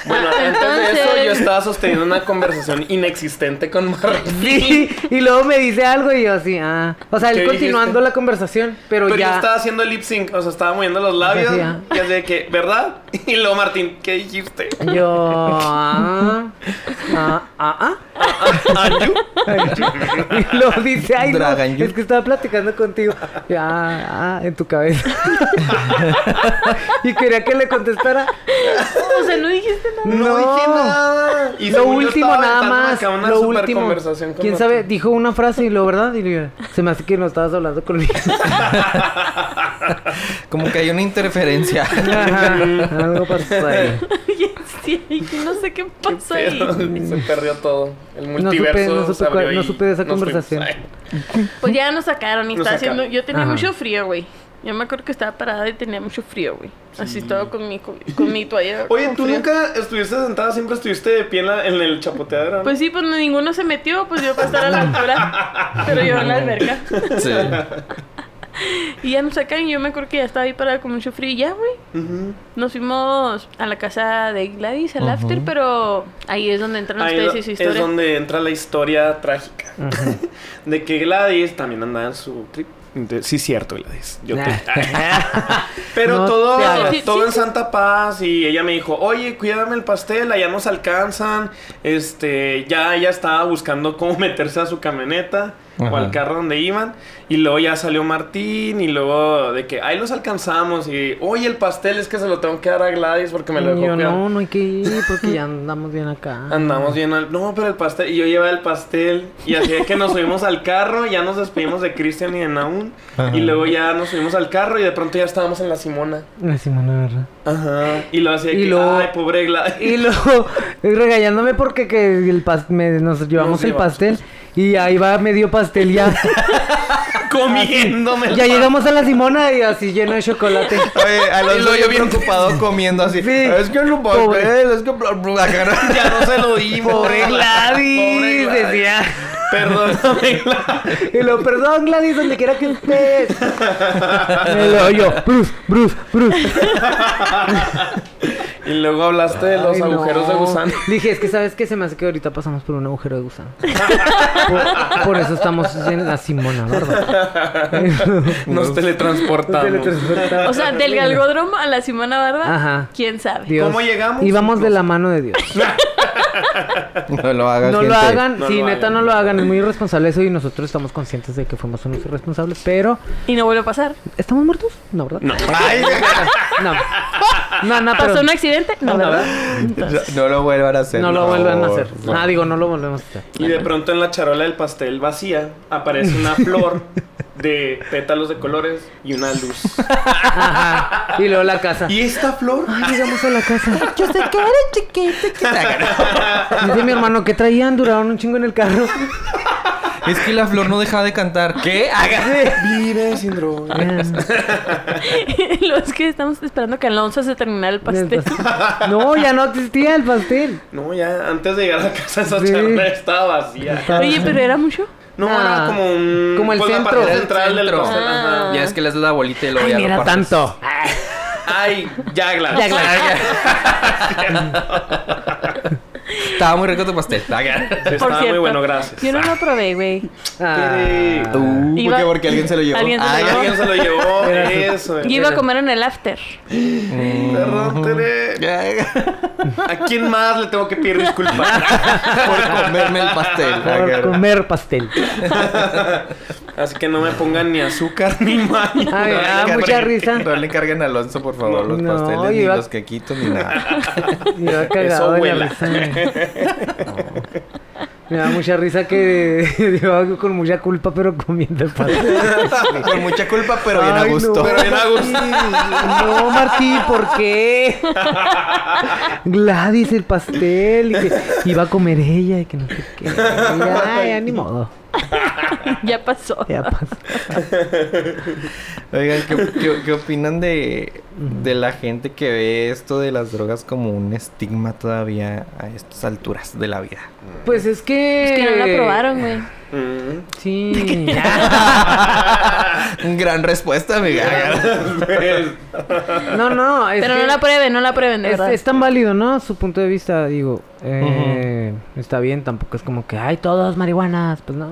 Speaker 5: Bueno, antes de eso
Speaker 3: Entonces-
Speaker 5: yo estaba sosteniendo una conversación inexistente con Martín.
Speaker 4: Sí. Y luego me dice algo y yo así, ah. O sea,
Speaker 5: ¿Qué
Speaker 4: él continuando
Speaker 5: dijiste?
Speaker 4: la conversación, pero,
Speaker 5: Pero yo
Speaker 4: ya.
Speaker 5: estaba haciendo lip sync, o sea, estaba moviendo los labios.
Speaker 4: Sí,
Speaker 5: Ya
Speaker 4: ya.
Speaker 5: de que, ¿verdad? Y luego Martín, ¿qué dijiste?
Speaker 4: Yo. Ah, ah, ah. ah.
Speaker 5: ah,
Speaker 4: y lo dice, ay, no,
Speaker 7: Dragan you".
Speaker 4: es que estaba platicando contigo. Y, ah, ah, en tu cabeza. y quería que le contestara.
Speaker 3: O sea, no dijiste nada.
Speaker 4: No,
Speaker 5: dije nada. Y
Speaker 4: lo
Speaker 5: según yo
Speaker 4: último
Speaker 5: estaba
Speaker 4: nada
Speaker 5: aventando
Speaker 4: más.
Speaker 5: acá una
Speaker 4: Lo
Speaker 5: super
Speaker 4: último.
Speaker 5: conversación con
Speaker 4: ¿Quién
Speaker 5: Martín.
Speaker 4: sabe? Dijo una frase y lo, ¿verdad? Y yo, se me hace que no estabas hablando conmigo.
Speaker 7: Como que hay una interferencia.
Speaker 4: Ajá, algo pasó ahí.
Speaker 3: Sí, y que no sé qué pasó ahí.
Speaker 5: Pero Se perdió todo. El
Speaker 4: supe-
Speaker 5: multiverso.
Speaker 4: no supe
Speaker 5: se abrió
Speaker 4: cuál- no
Speaker 5: y
Speaker 4: supe de esa
Speaker 5: nos fuimos.
Speaker 4: conversación.
Speaker 3: Pues ya nos sacaron y
Speaker 5: Nos
Speaker 3: estaba
Speaker 5: sacaron.
Speaker 3: haciendo. Yo tenía
Speaker 4: Ajá.
Speaker 3: mucho frío, güey. Yo me acuerdo que estaba parada y tenía mucho frío, güey. Así todo con mi, con, con mi toalla.
Speaker 5: Oye,
Speaker 3: con
Speaker 5: tú
Speaker 3: frío.
Speaker 5: nunca estuviste sentada, siempre estuviste de pie en, la- en el chapoteadero. ¿no?
Speaker 3: Pues sí, pues ninguno se metió, pues yo para estar a la altura. Pero yo en la alberca.
Speaker 7: Sí.
Speaker 3: Y ya nos sacan y yo me acuerdo que ya estaba ahí parada con mucho frío y ya, güey.
Speaker 5: Ujú.
Speaker 3: Nos fuimos a la casa de Gladys, al after, pero ahí es donde entran
Speaker 5: Ahí
Speaker 3: ustedes
Speaker 5: do-
Speaker 3: y su
Speaker 5: es
Speaker 3: historia.
Speaker 5: donde entra la historia trágica de que Gladys también andaba en su trip. De- sí, cierto, Gladys. Yo te- Pero
Speaker 4: No
Speaker 5: todo,
Speaker 4: te hagas.
Speaker 3: Sí,
Speaker 5: todo
Speaker 3: sí,
Speaker 5: en
Speaker 3: sí.
Speaker 5: Santa Paz y ella me dijo, oye, cuídame el pastel, allá nos alcanzan. Este, ya ella estaba buscando cómo meterse a su camioneta. o al
Speaker 2: Ajá.
Speaker 5: carro donde iban. Y luego ya salió Martín y luego de que ahí los alcanzamos y oye el pastel es que se lo tengo que dar a Gladys porque me lo dejó
Speaker 4: yo
Speaker 5: cuidar".
Speaker 4: no, no hay que ir porque ya andamos bien acá.
Speaker 5: Andamos bien al... No, pero el pastel... Y yo llevaba el pastel. Y así es que nos subimos al carro. Ya nos despedimos de Cristian y de Naun. Y luego ya nos subimos al carro. Y de pronto ya estábamos en la Simona.
Speaker 4: La Simona, ¿verdad?
Speaker 5: Ajá. Y lo hacía
Speaker 4: Y
Speaker 5: que...
Speaker 4: luego-
Speaker 5: Ay, pobre Gladys.
Speaker 4: Y luego regañándome porque que el pas- me- nos llevamos
Speaker 5: Nos
Speaker 4: el
Speaker 5: llevamos. pues.
Speaker 4: pastel y ahí va medio pastel ya.
Speaker 5: comiéndome. el
Speaker 4: ya
Speaker 5: pan.
Speaker 4: llegamos a la Simona y así lleno de chocolate.
Speaker 7: Oye, Alonso yo bien ocupado comiendo así.
Speaker 4: Sí.
Speaker 7: Es que lo
Speaker 4: Pobre.
Speaker 7: papel, es que bla, bla, la cara.
Speaker 5: Ya no se lo dimos.
Speaker 4: Pobre Gladys, decía.
Speaker 5: Perdóname, Gladys.
Speaker 4: Y lo perdón Gladys, donde quiera que estés. Y luego yo, Bruce, Bruce, Bruce.
Speaker 5: Y luego hablaste de los
Speaker 4: Ay, no.
Speaker 5: agujeros de gusano.
Speaker 4: Dije, es que sabes que se me hace que ahorita pasamos por un agujero de gusano. por, por eso estamos en la Simona, ¿verdad?
Speaker 5: Nos teletransportamos.
Speaker 4: Teletransportada.
Speaker 3: O sea, del galgódromo a la Simona Barba,
Speaker 4: Ajá.
Speaker 3: quién sabe.
Speaker 4: Dios.
Speaker 5: ¿Cómo llegamos?
Speaker 4: Íbamos de la mano de Dios.
Speaker 7: No lo hagas,
Speaker 4: No lo
Speaker 7: gente.
Speaker 4: hagan,
Speaker 5: No
Speaker 4: sí,
Speaker 5: lo
Speaker 4: neta
Speaker 5: hagan.
Speaker 4: no lo hagan, es muy irresponsable eso y nosotros estamos conscientes de que fuimos unos irresponsables, pero
Speaker 3: Y no vuelve a pasar.
Speaker 4: ¿estamos muertos? No, ¿verdad?
Speaker 5: No.
Speaker 7: Ay,
Speaker 4: No. No, no, pero
Speaker 3: ¿Pasó un accidente? No, ¿verdad? Entonces,
Speaker 7: no lo vuelvan a hacer.
Speaker 4: no lo
Speaker 7: por
Speaker 4: vuelvan a
Speaker 7: favor.
Speaker 4: hacer. Ah, digo, no lo volvemos a hacer.
Speaker 5: Y de pronto en la charola del pastel vacía aparece una flor de pétalos de colores y una luz.
Speaker 4: Ajá. Y luego la casa.
Speaker 5: ¿Y esta flor?
Speaker 4: Ay, llegamos a la casa.
Speaker 6: Yo sé que eres chiquito, chiquito.
Speaker 4: Dice mi hermano, ¿qué traían? Duraron un chingo en el carro.
Speaker 2: Es que la flor no deja de cantar. ¿Qué?
Speaker 5: Vive sin droga.
Speaker 4: Ah.
Speaker 3: los que estamos esperando que Alonso se terminara el pastel.
Speaker 4: No, ya no existía el pastel.
Speaker 5: No, ya antes de llegar a la casa esa
Speaker 4: Sí.
Speaker 5: charola estaba vacía.
Speaker 3: Oye, pero era mucho.
Speaker 5: No,
Speaker 4: Ah,
Speaker 5: era como un...
Speaker 4: como el
Speaker 5: pues, la
Speaker 4: centro.
Speaker 5: parte
Speaker 4: El
Speaker 5: central del
Speaker 2: centro.
Speaker 5: pastel. ajá.
Speaker 4: Ah.
Speaker 2: Ya es que le das la bolita y lo ya
Speaker 4: Ay,
Speaker 2: lo
Speaker 4: mira
Speaker 2: partes.
Speaker 4: tanto.
Speaker 5: Ay, ya, Gladys.
Speaker 4: Ya, Gladys.
Speaker 2: Estaba muy rico tu pastel.
Speaker 5: Sí, estaba muy bueno, gracias.
Speaker 3: Yo no lo probé, güey.
Speaker 4: Ah.
Speaker 7: Uh,
Speaker 3: Iba-
Speaker 7: ¿por qué? Porque alguien se lo llevó.
Speaker 3: Alguien se lo
Speaker 5: Ay,
Speaker 3: llevó.
Speaker 5: alguien se lo llevó. Eso. eh.
Speaker 3: Yo iba a comer en el after.
Speaker 5: Perdón, Tere. ¿A quién más le tengo que pedir disculpas?
Speaker 7: por comerme el pastel.
Speaker 4: Por comer pastel.
Speaker 5: Así que no me pongan ni azúcar ni mayo.
Speaker 4: Ay,
Speaker 7: No le
Speaker 4: ah,
Speaker 7: carguen-
Speaker 4: mucha risa.
Speaker 7: No le carguen a Alonso, por favor, los
Speaker 4: No,
Speaker 7: pasteles, ni
Speaker 4: iba-
Speaker 7: los quequitos, ni nada.
Speaker 4: Me da
Speaker 5: Eso
Speaker 4: cagado de la
Speaker 5: vuela.
Speaker 4: risa. Me da mucha risa que llevaba con mucha culpa, pero comiendo el pastel.
Speaker 7: Con mucha culpa, pero bien a
Speaker 4: Ay, no.
Speaker 7: gusto.
Speaker 5: Pero bien a gusto.
Speaker 4: No, Martí, ¿por qué? Gladys, el pastel. Y que iba a comer ella y que no sé qué. Ay, ya ni modo.
Speaker 3: Ya pasó.
Speaker 4: Ya pasó.
Speaker 7: Oigan, ¿qué, qué, qué opinan de, de la gente que ve esto de las drogas como un estigma todavía a estas alturas de la vida?
Speaker 4: Pues es que.
Speaker 3: Es que no la probaron, güey.
Speaker 5: Mm.
Speaker 4: Sí.
Speaker 7: Gran respuesta, amiga.
Speaker 4: No, no. es
Speaker 3: Pero
Speaker 4: que-
Speaker 3: no la prueben, no la prueben, de
Speaker 4: Es, este-
Speaker 3: verdad.
Speaker 4: es tan válido, ¿no? Su punto de vista, digo. eh, Está bien, tampoco es como que, ay, todos marihuanas, pues no.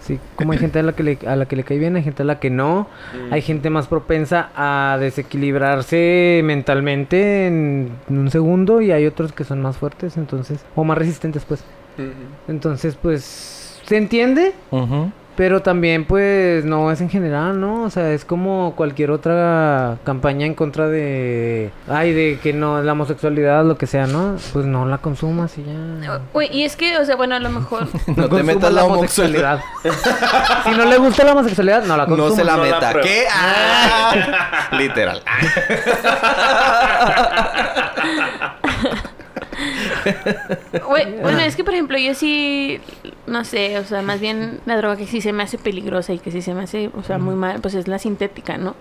Speaker 4: Sí, como hay gente a la que le, a la que le cae bien, hay gente a la que no. Hay gente más propensa a desequilibrarse mentalmente en un segundo y hay otros que son más fuertes, entonces, o más resistentes, pues. Entonces, pues, ¿se entiende? Pero también, pues, no es en general, ¿no? O sea, es como cualquier otra campaña en contra de... Ay, de que no, la homosexualidad, lo que sea, ¿no? Pues no la consumas y ya...
Speaker 3: Güey, y es que, o sea, bueno, a lo mejor.
Speaker 7: No te
Speaker 4: consumas
Speaker 7: metas la homosexualidad.
Speaker 4: si no le gusta la homosexualidad, no la
Speaker 7: No
Speaker 4: consumas.
Speaker 7: se la
Speaker 5: No la
Speaker 7: meta.
Speaker 5: prueba.
Speaker 7: ¿Qué? Ah, Literal.
Speaker 3: Güey, bueno, es que, por ejemplo, yo sí. No sé, o sea, más bien la droga que sí se me hace peligrosa y que sí se me hace, o sea, muy mal, pues es la sintética, ¿no?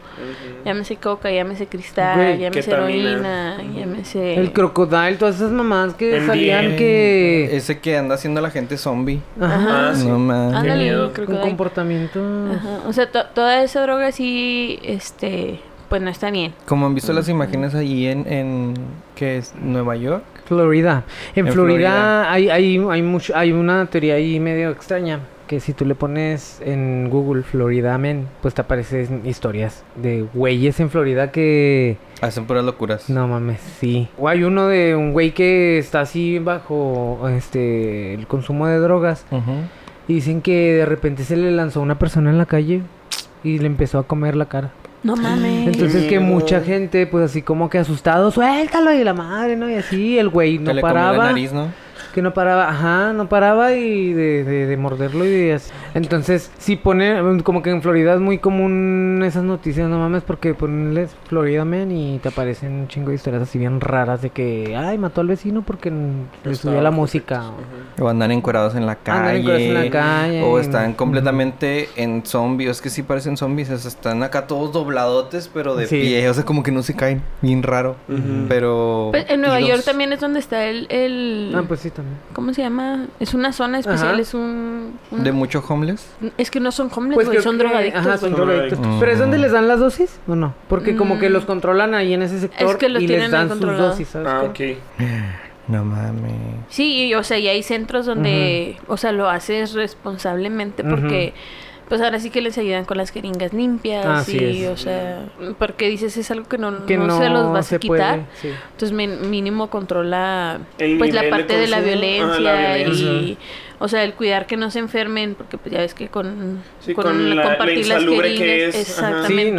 Speaker 3: Llámese coca, llámese cristal,
Speaker 4: Güey,
Speaker 3: llámese
Speaker 5: ketamina.
Speaker 3: heroína, llámese.
Speaker 4: El crocodile, todas esas mamás que
Speaker 5: El
Speaker 4: salían
Speaker 5: bien.
Speaker 4: que...
Speaker 7: Ese que anda haciendo la gente zombie.
Speaker 4: Ajá.
Speaker 5: Ah, sí.
Speaker 7: No mames.
Speaker 5: qué miedo.
Speaker 3: Ándale,
Speaker 4: Un
Speaker 3: crocodile.
Speaker 4: comportamiento...
Speaker 3: Ajá, O sea, to- toda esa droga sí, este, pues no está bien.
Speaker 7: Como han visto las imágenes allí en, en ¿qué es? Nueva York.
Speaker 4: Florida. En,
Speaker 7: En
Speaker 4: Florida,
Speaker 7: Florida.
Speaker 4: Hay, hay, hay, mucho, hay una teoría ahí medio extraña. Que si tú le pones en Google Florida Men, pues te aparecen historias de güeyes en Florida que.
Speaker 7: Hacen puras locuras.
Speaker 4: No mames, sí. O hay uno de un güey que está así bajo este el consumo de drogas.
Speaker 7: Ujú.
Speaker 4: Y dicen que de repente se le lanzó a una persona en la calle y le empezó a comer la cara.
Speaker 3: No mames.
Speaker 4: Entonces que
Speaker 5: miedo.
Speaker 4: mucha gente, pues así como que asustado, suéltalo y la madre, ¿no? Y así el güey no
Speaker 2: le comió la
Speaker 4: paraba.
Speaker 2: nariz, ¿no?
Speaker 4: Que no paraba, ajá, no paraba y de, de, de morderlo y de así. Entonces, si pone, mm, como que en Florida es muy común esas noticias, no mames, porque ponles Florida Man y te aparecen un chingo de historias así bien raras de que, ay, mató al vecino porque mm, le subía la música.
Speaker 2: O andan encuerados en la
Speaker 4: Andan
Speaker 2: calle.
Speaker 4: encuerados en la calle.
Speaker 2: O están completamente en zombies. Es que sí parecen zombies. o sea, están acá todos dobladotes, pero de
Speaker 4: Sí.
Speaker 2: pie. O sea, como que no se caen. Bien raro. Pero.
Speaker 3: Pues, en Nueva
Speaker 2: y los-
Speaker 3: York también es donde está el, el-
Speaker 4: Ah, pues sí, también.
Speaker 3: ¿Cómo se llama? Es una zona especial,
Speaker 4: Ajá.
Speaker 3: es un... un-
Speaker 2: De mucho homeless.
Speaker 3: Es que no son homeless,
Speaker 4: Pues
Speaker 3: güey,
Speaker 4: creo
Speaker 3: son
Speaker 4: que-
Speaker 3: drogadictos.
Speaker 4: Ajá, son
Speaker 5: güey.
Speaker 4: drogadictos.
Speaker 2: Mm.
Speaker 4: Pero es donde les dan las dosis, ¿o no? Porque como que
Speaker 3: Mm.
Speaker 4: los controlan ahí en ese sector
Speaker 3: que los
Speaker 4: y
Speaker 3: tienen
Speaker 4: les
Speaker 3: ahí
Speaker 4: dan sus
Speaker 3: controlados.
Speaker 4: dosis, ¿sabes?
Speaker 5: Ah,
Speaker 4: qué?
Speaker 5: ok.
Speaker 2: No mames.
Speaker 3: Sí, y, o sea, y hay centros donde, o sea, lo haces responsablemente porque, pues ahora sí que les ayudan con las jeringas limpias
Speaker 4: Así
Speaker 3: y,
Speaker 4: es.
Speaker 3: o sea, porque dices es algo que no,
Speaker 4: Que
Speaker 3: no
Speaker 4: no
Speaker 3: se los vas
Speaker 4: se
Speaker 3: a quitar,
Speaker 4: puede, sí.
Speaker 3: entonces min- mínimo controla,
Speaker 5: El
Speaker 3: pues la
Speaker 5: nivel de
Speaker 3: parte de la
Speaker 5: consumo,
Speaker 3: violencia,
Speaker 5: ah, la violencia.
Speaker 3: y, o sea, el cuidar que no se enfermen, porque pues ya ves que con,
Speaker 5: Sí, con la- la insalubre que es, ajá.
Speaker 4: Sí, no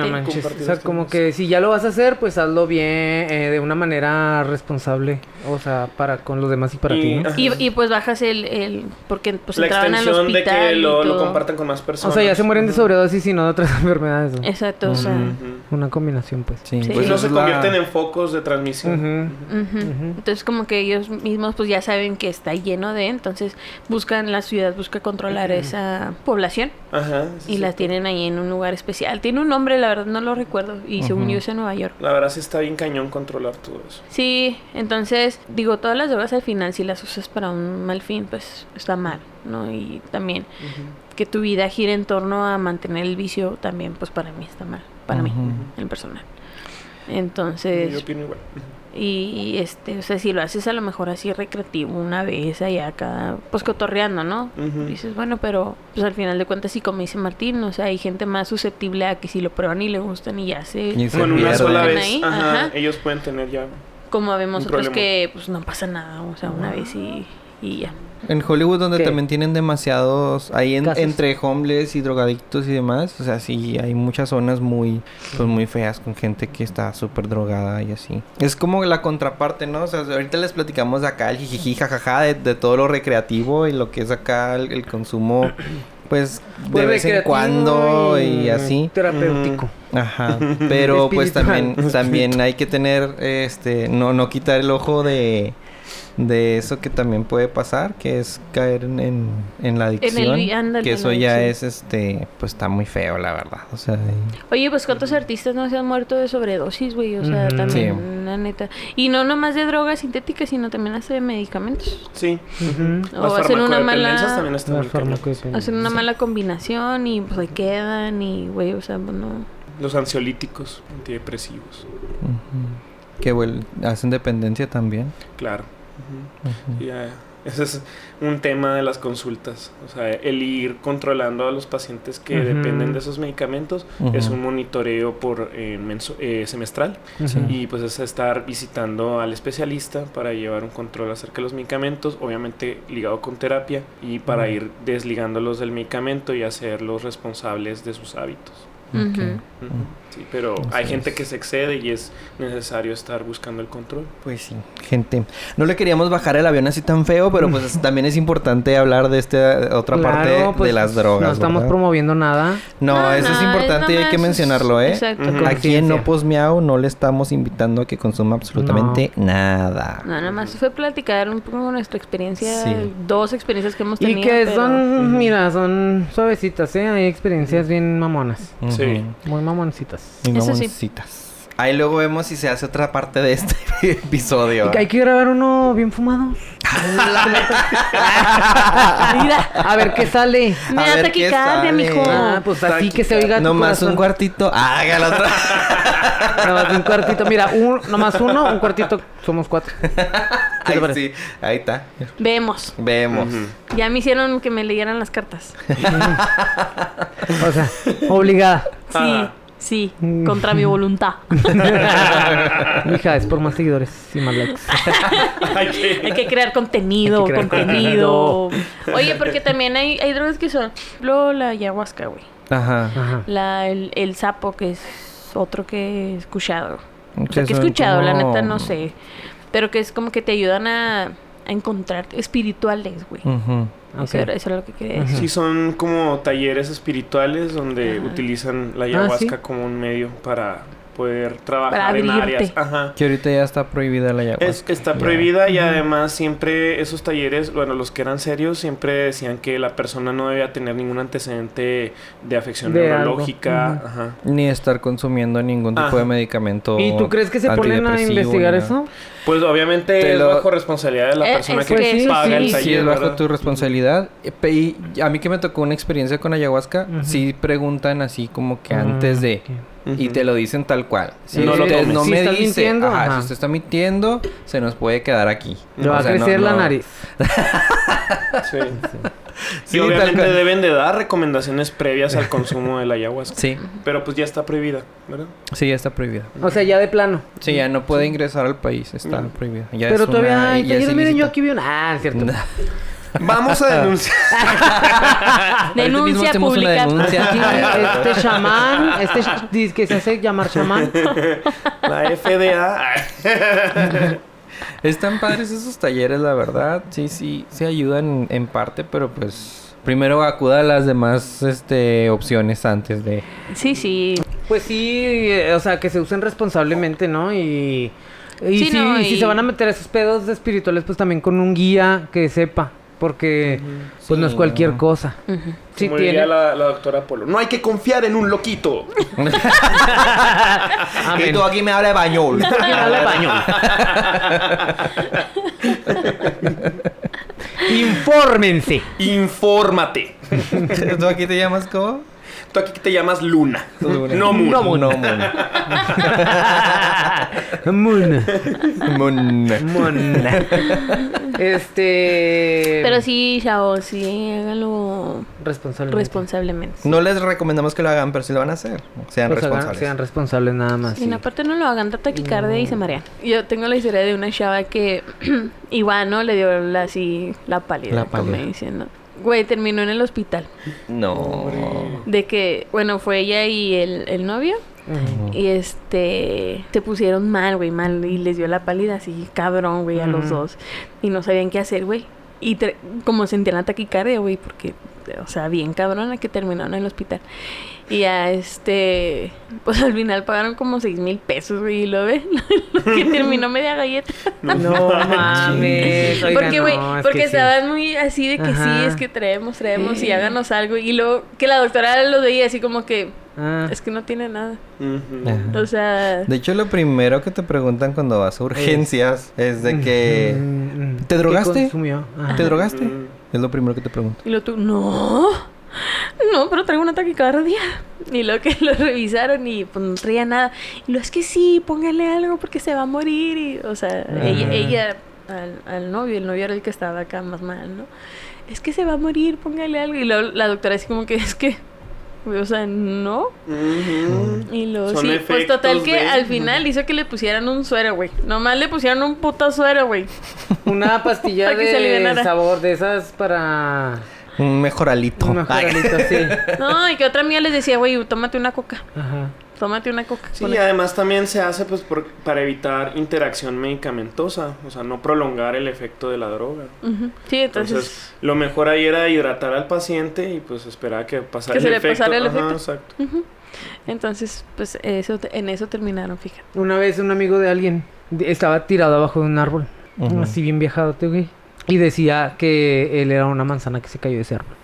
Speaker 3: exactamente.
Speaker 4: manches. O sea,
Speaker 5: Compartidos
Speaker 4: como
Speaker 5: tenemos.
Speaker 4: que si ya lo vas a hacer, pues hazlo bien, eh, de una manera responsable. O sea, para con los demás y para
Speaker 5: Y-
Speaker 4: ti. ¿no?
Speaker 5: ajá.
Speaker 3: y, y, pues bajas el, el porque pues
Speaker 5: la
Speaker 3: entraban al
Speaker 5: extensión
Speaker 3: hospital
Speaker 5: de que
Speaker 3: y
Speaker 5: lo, lo
Speaker 3: todo.
Speaker 5: compartan con más
Speaker 4: O
Speaker 5: personas.
Speaker 4: sea, ya se mueren de sobredosis y no de otras enfermedades. ¿no?
Speaker 3: Exacto, o sea,
Speaker 5: Ujú.
Speaker 4: Una combinación, pues.
Speaker 2: Sí,
Speaker 3: Sí.
Speaker 5: Y
Speaker 2: pues
Speaker 5: no
Speaker 2: es
Speaker 5: se
Speaker 2: la-
Speaker 5: convierten en focos de transmisión.
Speaker 4: Ujú.
Speaker 3: Ujú. Entonces como que ellos mismos pues ya saben que está lleno de, entonces buscan la ciudad, busca controlar esa población
Speaker 5: Ajá. sí,
Speaker 3: y
Speaker 5: sí.
Speaker 3: la tienen ahí en un lugar especial. Tiene un nombre, la verdad no lo recuerdo, y según yo es en Nueva York.
Speaker 5: La verdad sí está bien cañón controlar todo eso.
Speaker 3: Sí, entonces digo, todas las drogas al final si las usas para un mal fin pues está mal, ¿no? Y también que tu vida gire en torno a mantener el vicio también pues para mí está mal, para mí, en lo personal.
Speaker 5: Yo
Speaker 3: Entonces,
Speaker 5: opino igual.
Speaker 3: Y este, o sea, si lo haces a lo mejor así recreativo una vez allá cada, pues cotorreando, ¿no?
Speaker 5: Ujú.
Speaker 3: Dices, bueno, pero pues al final de cuentas sí como dice Martín, o sea, hay gente más susceptible a que si lo prueban y le gustan y ya
Speaker 2: Y
Speaker 3: se
Speaker 2: se
Speaker 5: Con una
Speaker 2: pierde.
Speaker 5: sola
Speaker 3: Están
Speaker 5: vez.
Speaker 3: ahí,
Speaker 5: Ajá,
Speaker 3: ajá.
Speaker 5: Ellos pueden tener ya.
Speaker 3: como vemos
Speaker 5: Un
Speaker 3: otros
Speaker 5: problema.
Speaker 3: que pues no pasa nada, o sea, una vez y, y ya.
Speaker 2: En Hollywood, donde
Speaker 4: ¿Qué?
Speaker 2: también tienen demasiados. Ahí en-
Speaker 4: Casos.
Speaker 2: entre homeless y drogadictos y demás. O sea, sí, hay muchas zonas muy, pues, muy feas con gente que está súper drogada y así. Es como la contraparte, ¿no? O sea, ahorita les platicamos de acá el jijiji, jajaja, de, de todo lo recreativo y lo que es acá el, el consumo, pues, de
Speaker 4: Pues,
Speaker 2: vez en
Speaker 4: recreativo
Speaker 2: cuando y así.
Speaker 4: Terapéutico.
Speaker 2: Ajá, pero pues
Speaker 4: Espiritual.
Speaker 2: también, también hay que tener, este, no, no quitar el ojo de, de eso que también puede pasar, que es caer en, en, en la adicción,
Speaker 3: vi- ándale,
Speaker 2: que
Speaker 3: en
Speaker 2: eso
Speaker 3: la
Speaker 2: ya
Speaker 3: adicción.
Speaker 2: es, este, pues está muy feo, la verdad, o sea, y-
Speaker 3: Oye, pues cuántos artistas no se han muerto de sobredosis, güey, o sea,
Speaker 4: Ujú.
Speaker 3: también,
Speaker 2: Sí.
Speaker 3: la neta. Y no nomás de drogas sintéticas, sino también hasta de medicamentos.
Speaker 5: Sí.
Speaker 4: Ujú.
Speaker 3: O hacer una
Speaker 5: farmacodependencias
Speaker 3: mala-
Speaker 5: también están
Speaker 4: Las
Speaker 5: bien cañón.
Speaker 4: farmacodependientes.
Speaker 3: Hacen una mala combinación y pues le quedan y, güey, o sea, pues, no.
Speaker 5: Los ansiolíticos, antidepresivos.
Speaker 2: ujú, que vuel- hacen dependencia también.
Speaker 5: Claro. Ujú. Ya, Ese es un tema de las consultas. O sea, el ir controlando a los pacientes que
Speaker 4: Ujú.
Speaker 5: dependen de esos medicamentos
Speaker 2: Ujú.
Speaker 5: es un monitoreo por eh, menso- eh, semestral.
Speaker 4: Ujú.
Speaker 5: Y pues es estar visitando al especialista para llevar un control acerca de los medicamentos, obviamente ligado con terapia, y para ir desligándolos del medicamento y hacerlos responsables de sus hábitos.
Speaker 3: Ujú.
Speaker 5: Ujú. Sí, pero hay gente que se excede y es necesario estar buscando el control.
Speaker 2: Pues sí, gente. No le queríamos bajar el avión así tan feo, pero pues es- también es importante hablar de esta otra
Speaker 4: Claro,
Speaker 2: parte
Speaker 4: pues,
Speaker 2: de las drogas.
Speaker 4: No estamos
Speaker 2: ¿verdad?
Speaker 4: promoviendo nada.
Speaker 2: No,
Speaker 3: No,
Speaker 2: eso es
Speaker 3: no,
Speaker 2: importante y hay
Speaker 3: nomás
Speaker 2: que
Speaker 3: es-
Speaker 2: mencionarlo, ¿eh?
Speaker 3: Exacto.
Speaker 5: Ujú.
Speaker 2: Aquí en
Speaker 4: Conciencia.
Speaker 2: No Miau no le estamos invitando a que consuma absolutamente nada.
Speaker 3: No, nada más fue platicar un poco nuestra experiencia,
Speaker 2: Sí.
Speaker 3: dos experiencias que hemos tenido.
Speaker 4: y que
Speaker 3: pero-
Speaker 4: son, mira, son suavecitas, ¿eh? Hay experiencias bien mamonas.
Speaker 2: Ujú.
Speaker 5: Sí.
Speaker 4: Muy mamoncitas.
Speaker 2: Y
Speaker 3: Eso sí.
Speaker 2: mamoncitas. Ahí luego vemos si se hace otra parte de este episodio.
Speaker 4: Hay que grabar uno bien fumado.
Speaker 3: Mira,
Speaker 4: A ver qué sale.
Speaker 3: me
Speaker 2: A
Speaker 3: da
Speaker 2: ver
Speaker 3: taquicardia,
Speaker 2: qué
Speaker 3: mijo.
Speaker 4: Ah, pues así que se oiga. tu
Speaker 2: Nomás un
Speaker 4: corazón.
Speaker 2: cuartito. Hágalo otra.
Speaker 4: Nomás un cuartito. Mira, un, nomás uno, un cuartito. Somos cuatro. te
Speaker 2: Ahí
Speaker 4: parece?
Speaker 2: sí. Ahí está.
Speaker 3: Vemos.
Speaker 2: Vemos.
Speaker 3: Ya me hicieron que me leyeran las cartas.
Speaker 4: O sea, obligada.
Speaker 3: Sí.
Speaker 5: Ah.
Speaker 10: Sí, contra mi voluntad.
Speaker 4: Hija, es por más seguidores y más likes.
Speaker 5: Ay, qué-
Speaker 10: Hay que crear contenido,
Speaker 4: Hay que crear
Speaker 10: contenido.
Speaker 3: Oye, porque también hay, hay drogas que son. Lo, la ayahuasca, güey.
Speaker 2: Ajá.
Speaker 4: Ajá.
Speaker 3: La, el, el sapo, que es otro que he escuchado. O sea,
Speaker 2: Sí,
Speaker 3: que he
Speaker 2: son
Speaker 3: escuchado, la
Speaker 2: como-
Speaker 3: neta no sé. Pero que es como que te ayudan a, a encontrarte espirituales, güey.
Speaker 2: Ujú.
Speaker 4: Ok.
Speaker 3: Eso, era, eso era lo que quería
Speaker 4: Ujú.
Speaker 3: decir.
Speaker 5: Sí, son como talleres espirituales donde
Speaker 3: Ajá.
Speaker 5: utilizan la ayahuasca
Speaker 4: sí.
Speaker 5: como un medio para poder
Speaker 3: Para
Speaker 5: trabajar en
Speaker 3: abrirte.
Speaker 5: áreas. Ajá.
Speaker 2: Que ahorita ya está prohibida la ayahuasca.
Speaker 5: Es- está prohibida y además siempre esos talleres, bueno, los que eran serios siempre decían que la persona no debía tener ningún antecedente de afección
Speaker 4: De algo.
Speaker 5: neurológica.
Speaker 4: Ujú.
Speaker 5: Ajá.
Speaker 2: Ni estar consumiendo ningún tipo
Speaker 5: Ajá.
Speaker 2: de medicamento.
Speaker 4: ¿Y tú crees que se ponen a
Speaker 2: antidepresivo
Speaker 4: investigar
Speaker 2: ni nada.
Speaker 4: eso?
Speaker 5: Pues obviamente
Speaker 2: Te
Speaker 5: es
Speaker 2: lo-
Speaker 5: bajo responsabilidad de la
Speaker 3: Eh,
Speaker 5: persona
Speaker 3: es
Speaker 5: que,
Speaker 3: que eso
Speaker 5: paga el
Speaker 3: sí.
Speaker 5: taller.
Speaker 2: Sí, es bajo
Speaker 5: ¿verdad?
Speaker 2: tu responsabilidad. Eh, pe- Y a mí que me tocó una experiencia con ayahuasca,
Speaker 4: Ujú. Ah,
Speaker 2: sí preguntan así como que antes de... Y
Speaker 5: Ujú.
Speaker 2: te lo dicen tal cual. Si
Speaker 5: No lo
Speaker 2: usted
Speaker 5: tomes.
Speaker 2: no
Speaker 4: Si
Speaker 2: me
Speaker 4: estás
Speaker 2: dice,
Speaker 4: mintiendo,
Speaker 2: ajá,
Speaker 4: ajá.
Speaker 2: si usted está mintiendo, se nos puede quedar aquí.
Speaker 4: Le va
Speaker 2: O
Speaker 4: a
Speaker 2: sea, no-
Speaker 4: crecer la
Speaker 2: no-
Speaker 4: nariz.
Speaker 5: Sí.
Speaker 2: Sí,
Speaker 5: y
Speaker 2: tal
Speaker 5: obviamente
Speaker 2: cual.
Speaker 5: deben de dar recomendaciones previas al consumo de la ayahuasca.
Speaker 2: Sí,
Speaker 5: Pero pues ya está prohibida, ¿verdad?
Speaker 2: sí, ya está prohibida.
Speaker 4: O sea, ya de plano.
Speaker 2: Sí, ya no puede ingresar al país, está
Speaker 5: No.
Speaker 2: prohibida. Ya
Speaker 4: Pero
Speaker 2: es
Speaker 4: todavía
Speaker 2: una-
Speaker 4: hay
Speaker 2: ya es
Speaker 4: talleres, miren, yo
Speaker 2: ilícita.
Speaker 4: aquí vi una. Ah, es cierto.
Speaker 5: Vamos a denunciar.
Speaker 2: Ahorita mismo
Speaker 10: Denuncia
Speaker 2: hacemos una
Speaker 10: pública.
Speaker 2: denuncia.
Speaker 4: Aquí este chamán, este ch- dice que se hace llamar chamán.
Speaker 5: La FDA.
Speaker 2: Están padres esos talleres, la verdad. Sí, sí, sí ayudan en parte, pero pues primero acuda a las demás este, opciones antes de...
Speaker 3: Sí, sí.
Speaker 4: Pues sí, eh, o sea, que se usen responsablemente, ¿no? Y, y,
Speaker 3: Sí,
Speaker 4: sí,
Speaker 3: no,
Speaker 4: y si
Speaker 3: y-
Speaker 4: se van a meter a esos pedos espirituales, pues también con un guía que sepa, porque pues no es
Speaker 2: Sí,
Speaker 4: cualquier
Speaker 2: no.
Speaker 4: cosa. Sí
Speaker 5: Como
Speaker 4: tiene.
Speaker 5: diría la, la doctora Polo. No hay que confiar en un loquito.
Speaker 4: Amén.
Speaker 2: aquí me habla de bañol.
Speaker 4: Habla español. Infórmense.
Speaker 5: Infórmate.
Speaker 2: ¿Tú aquí te llamas cómo?
Speaker 5: Tú aquí te llamas Luna. No Moon.
Speaker 2: No Moon. No Moon.
Speaker 4: Moon.
Speaker 2: Moon.
Speaker 4: Moon. Este.
Speaker 2: Eh.
Speaker 3: Pero sí, chavos, sí, háganlo
Speaker 2: Mm.
Speaker 4: Responsablemente.
Speaker 3: responsablemente.
Speaker 2: No les recomendamos que lo hagan, pero si lo van a hacer, sean
Speaker 4: Pues hagan-
Speaker 2: responsables.
Speaker 4: sean responsables nada más.
Speaker 3: Y en
Speaker 4: sí.
Speaker 3: aparte no lo hagan, da taquicardia y se marean. Yo tengo la historia de una chava que igual, ¿no? Le dio la, así la pálida,
Speaker 2: La
Speaker 3: como
Speaker 2: pálida.
Speaker 3: diciendo. Güey, terminó en el hospital.
Speaker 2: No.
Speaker 3: De que, bueno, fue ella y el, el novio.
Speaker 4: Ujú.
Speaker 3: Y este, se pusieron mal, güey, mal. Y les dio la pálida así, cabrón, güey, a los
Speaker 4: Ujú.
Speaker 3: dos. Y no sabían qué hacer, güey. Y tre- como sentían la taquicardia, güey, porque, o sea, bien cabrona que terminaron en el hospital. Y a este, pues al final pagaron como seis mil pesos, güey, y lo ve, que terminó media galleta.
Speaker 4: No mames. oiga,
Speaker 3: porque, güey,
Speaker 4: no, es
Speaker 3: porque
Speaker 4: que sí.
Speaker 3: estaban muy así de que sí,
Speaker 4: Ajá.
Speaker 3: es que traemos, traemos y háganos algo. Y luego que la doctora los veía así como que,
Speaker 4: Ah.
Speaker 3: es que no tiene nada.
Speaker 5: Ujú.
Speaker 2: Ajá.
Speaker 3: O sea,
Speaker 2: De hecho, lo primero que te preguntan cuando vas a urgencias es de que...
Speaker 4: Mm, mm.
Speaker 2: ¿Te
Speaker 4: ¿Qué
Speaker 2: drogaste?
Speaker 4: consumió? Ajá.
Speaker 2: ¿Te drogaste? Es lo primero que te preguntan.
Speaker 3: Y lo tú, no, no, pero traigo una taquicardia. Y lo que lo revisaron y pues no traía nada. Y lo es que sí, póngale algo porque se va a morir. Y, o sea, ella, ella al, al novio, el novio era el que estaba acá más mal, ¿no? Es que se va a morir, póngale algo. Y luego la doctora así como que es que, güey, o sea, no.
Speaker 5: Ujú.
Speaker 3: Y luego
Speaker 5: Son
Speaker 3: sí, pues
Speaker 5: efectos
Speaker 3: total que
Speaker 5: de-
Speaker 3: al final hizo que le pusieran un suero, güey. Nomás le pusieron un puto suero, güey.
Speaker 4: Una pastilla
Speaker 3: Para que se
Speaker 4: de
Speaker 3: alivianara.
Speaker 4: sabor de esas para
Speaker 2: Un mejoralito.
Speaker 4: un mejoralito, sí.
Speaker 3: No, y que otra mía les decía, güey, tómate una coca.
Speaker 4: Ajá.
Speaker 3: Tómate una coca.
Speaker 5: Sí,
Speaker 3: Con
Speaker 5: y además también se hace pues por- para evitar interacción medicamentosa, o sea, no prolongar el efecto de la droga.
Speaker 3: Ujú. Sí, entonces,
Speaker 5: Entonces, lo mejor ahí era hidratar al paciente y pues esperar a que pasara
Speaker 3: Que
Speaker 5: el
Speaker 3: se le
Speaker 5: efecto.
Speaker 3: pasara el
Speaker 5: Ajá,
Speaker 3: efecto.
Speaker 5: exacto.
Speaker 3: ujú. entonces, pues eso, te- en eso terminaron, fíjate.
Speaker 4: Una vez un amigo de alguien de- estaba tirado abajo de un árbol,
Speaker 2: Ujú.
Speaker 4: así bien viajadote, güey. Y decía que él era una manzana que se cayó de ese árbol.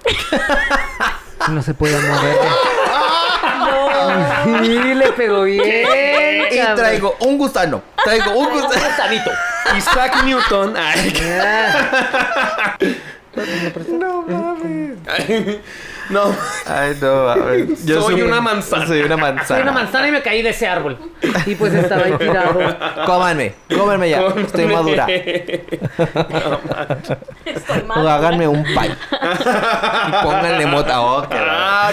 Speaker 4: No se podía mover. güey. Sí, le pegó bien. cabrón.
Speaker 2: un gusano. Traigo un gusano.
Speaker 5: Isaac Newton. Ay,
Speaker 4: Ah.
Speaker 5: ay. No,
Speaker 2: Ay, no, a ver.
Speaker 5: Soy una manzana.
Speaker 2: Soy una manzana.
Speaker 4: Soy una manzana y me caí de ese árbol. Y pues estaba ahí tirado.
Speaker 2: Cómanme, cómanme ya. Estoy madura. Pues
Speaker 11: Estoy
Speaker 2: O háganme un pie. Y pónganle mota. Oh, qué raro.
Speaker 5: Ah,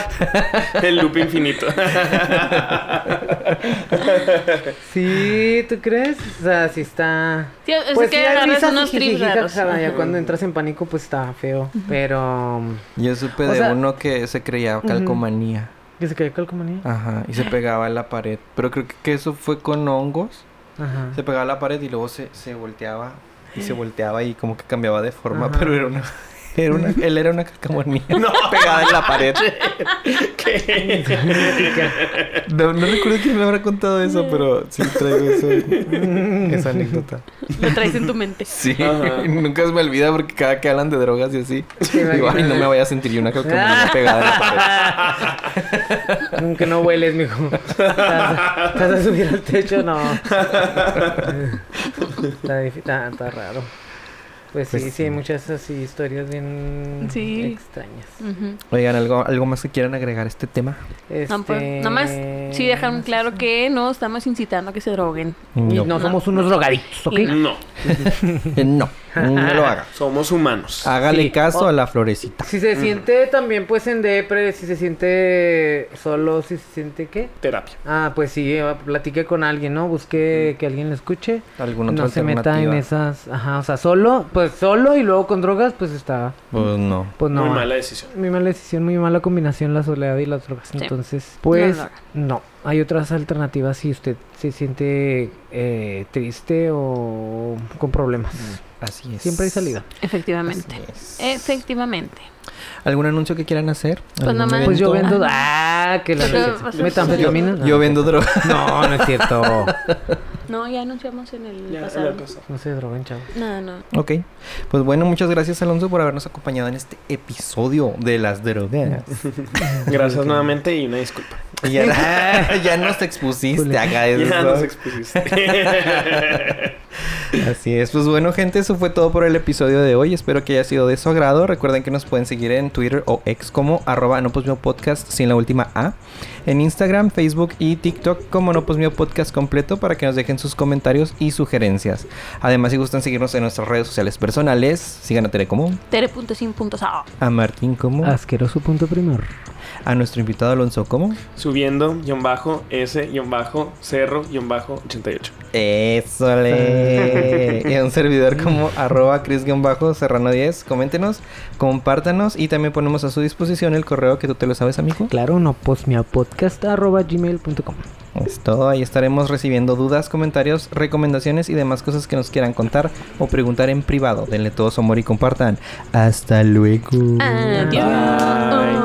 Speaker 5: el loop infinito.
Speaker 4: Sí, ¿tú crees? O sea, sí está.
Speaker 3: Sí, es
Speaker 4: Pues
Speaker 3: que
Speaker 4: sí, hay
Speaker 3: agarras
Speaker 4: risas y
Speaker 3: unos trips
Speaker 4: jijiji,
Speaker 3: raros.
Speaker 4: jajaja, Ya cuando entras en pánico, pues está feo. Pero. um,
Speaker 2: Yo supe
Speaker 4: O
Speaker 2: de
Speaker 4: sea-
Speaker 2: uno que se creía calcomanía.
Speaker 4: ¿Que se cayó calcomanía?
Speaker 2: Ajá. Y se pegaba a la pared. Pero creo que- que eso fue con hongos.
Speaker 4: Ajá.
Speaker 2: Se pegaba a la pared y luego se, se volteaba. Y se volteaba y como que cambiaba de forma.
Speaker 4: Ajá.
Speaker 2: Pero era una, era una. Él era una calcomanía. Pegada en la pared. No, no recuerdo quién me habrá contado eso, pero sí traigo eso, esa anécdota.
Speaker 3: Lo traes en tu mente.
Speaker 2: Sí,
Speaker 5: Ajá.
Speaker 2: nunca se me olvida porque cada que hablan de drogas y así,
Speaker 4: Sí, Ah.
Speaker 2: digo, ay, no me voy a sentir yo una calcomanía pegada en la pared.
Speaker 4: Nunca no hueles, mijo. ¿Te vas a- te vas a subir al techo? No. está, difí- está, está raro. Pues,
Speaker 2: Pues
Speaker 4: sí, sí,
Speaker 2: sí.
Speaker 4: hay muchas así historias bien
Speaker 3: Sí.
Speaker 4: extrañas.
Speaker 3: Ujú.
Speaker 2: Oigan, ¿algo, ¿algo más que quieran agregar a este tema?
Speaker 4: Este...
Speaker 3: No, pues, nada más, sí dejaron claro que no estamos incitando a que se droguen.
Speaker 4: Y no, somos unos drogadictos, ¿ok?
Speaker 5: No,
Speaker 2: No, no lo haga.
Speaker 5: somos humanos.
Speaker 2: Hágale
Speaker 4: Sí. Oh.
Speaker 2: caso a la florecita.
Speaker 4: Si se siente también, pues, en depre, si se siente solo, si se siente, ¿qué?
Speaker 5: Terapia.
Speaker 4: Ah, pues sí, eh, platique con alguien, ¿no? Busque que alguien lo escuche.
Speaker 2: ¿Alguna otra
Speaker 4: No se meta en
Speaker 2: alternativa?
Speaker 4: esas... Ajá, o sea, solo, pues, solo y luego con drogas, pues, está...
Speaker 2: Pues no.
Speaker 4: Pues no.
Speaker 5: Muy
Speaker 4: va.
Speaker 5: mala decisión.
Speaker 4: Muy mala decisión, muy mala combinación la soledad y las drogas. Entonces, pues
Speaker 3: No lo
Speaker 4: no, hay otras alternativas si usted se siente eh, triste o con problemas.
Speaker 2: Así es.
Speaker 4: Siempre hay salida.
Speaker 3: Efectivamente. Efectivamente.
Speaker 2: ¿Algún anuncio que quieran hacer?
Speaker 3: Eh, Pues
Speaker 2: ¿Algún
Speaker 3: nomás-
Speaker 4: Pues yo
Speaker 2: evento?
Speaker 4: vendo... Ah, que la
Speaker 3: Pero, pues, o sea,
Speaker 4: metanfetamina. Ah,
Speaker 2: Yo vendo drogas.
Speaker 4: No, no es cierto.
Speaker 3: No, ya anunciamos en el
Speaker 5: Ya,
Speaker 3: pasado.
Speaker 5: la cosa.
Speaker 4: No se droguen, chavos.
Speaker 3: No, no.
Speaker 2: Ok. Pues bueno, muchas gracias Alonso por habernos acompañado en este episodio de las drogas.
Speaker 5: Gracias nuevamente y una disculpa.
Speaker 2: Y ya, ya nos expusiste acá. de
Speaker 5: Ya
Speaker 2: eso.
Speaker 5: nos expusiste.
Speaker 2: Así es. Pues bueno, gente, eso fue todo por el episodio de hoy. Espero que haya sido de su agrado. Recuerden que nos pueden seguir en Twitter o ex como arroba no pues Mio podcast sin la última A. En Instagram, Facebook y TikTok como no pues Mio podcast completo para que nos dejen sus comentarios y sugerencias. Además, si gustan seguirnos en nuestras redes sociales personales, sigan a Tere como,
Speaker 3: Tere.sin.sao.
Speaker 2: a Martín como,
Speaker 4: Asqueroso punto primero.
Speaker 2: a nuestro invitado Alonso como.
Speaker 5: Subiendo, guión bajo, S, guión bajo, cerro, guión bajo, 88.
Speaker 2: Eso le. y a un servidor como arroba cris-serrano10. Coméntenos, compártanos y también ponemos a su disposición el correo que tú te lo sabes, amigo.
Speaker 4: Claro, no, podcast arroba gmail.com.
Speaker 2: Es todo. Ahí estaremos recibiendo dudas, comentarios, recomendaciones y demás cosas que nos quieran contar o preguntar en privado. Denle todo su amor y compartan. Hasta luego.
Speaker 4: Ah.
Speaker 3: Adiós.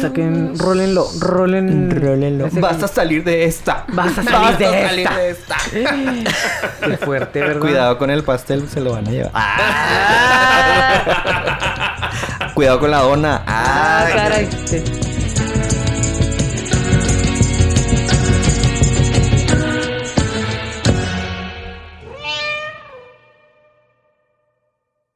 Speaker 4: Saquen, rólenlo, rolen.
Speaker 2: Rólenlo.
Speaker 4: Ese-
Speaker 2: Vas a salir de esta.
Speaker 4: Vas a salir de esta.
Speaker 2: esta.
Speaker 4: Qué fuerte, ¿verdad?
Speaker 2: Cuidado con el pastel, se lo van a llevar. Cuidado con la dona.
Speaker 4: Ah,
Speaker 2: Ay.
Speaker 4: caray. Sí.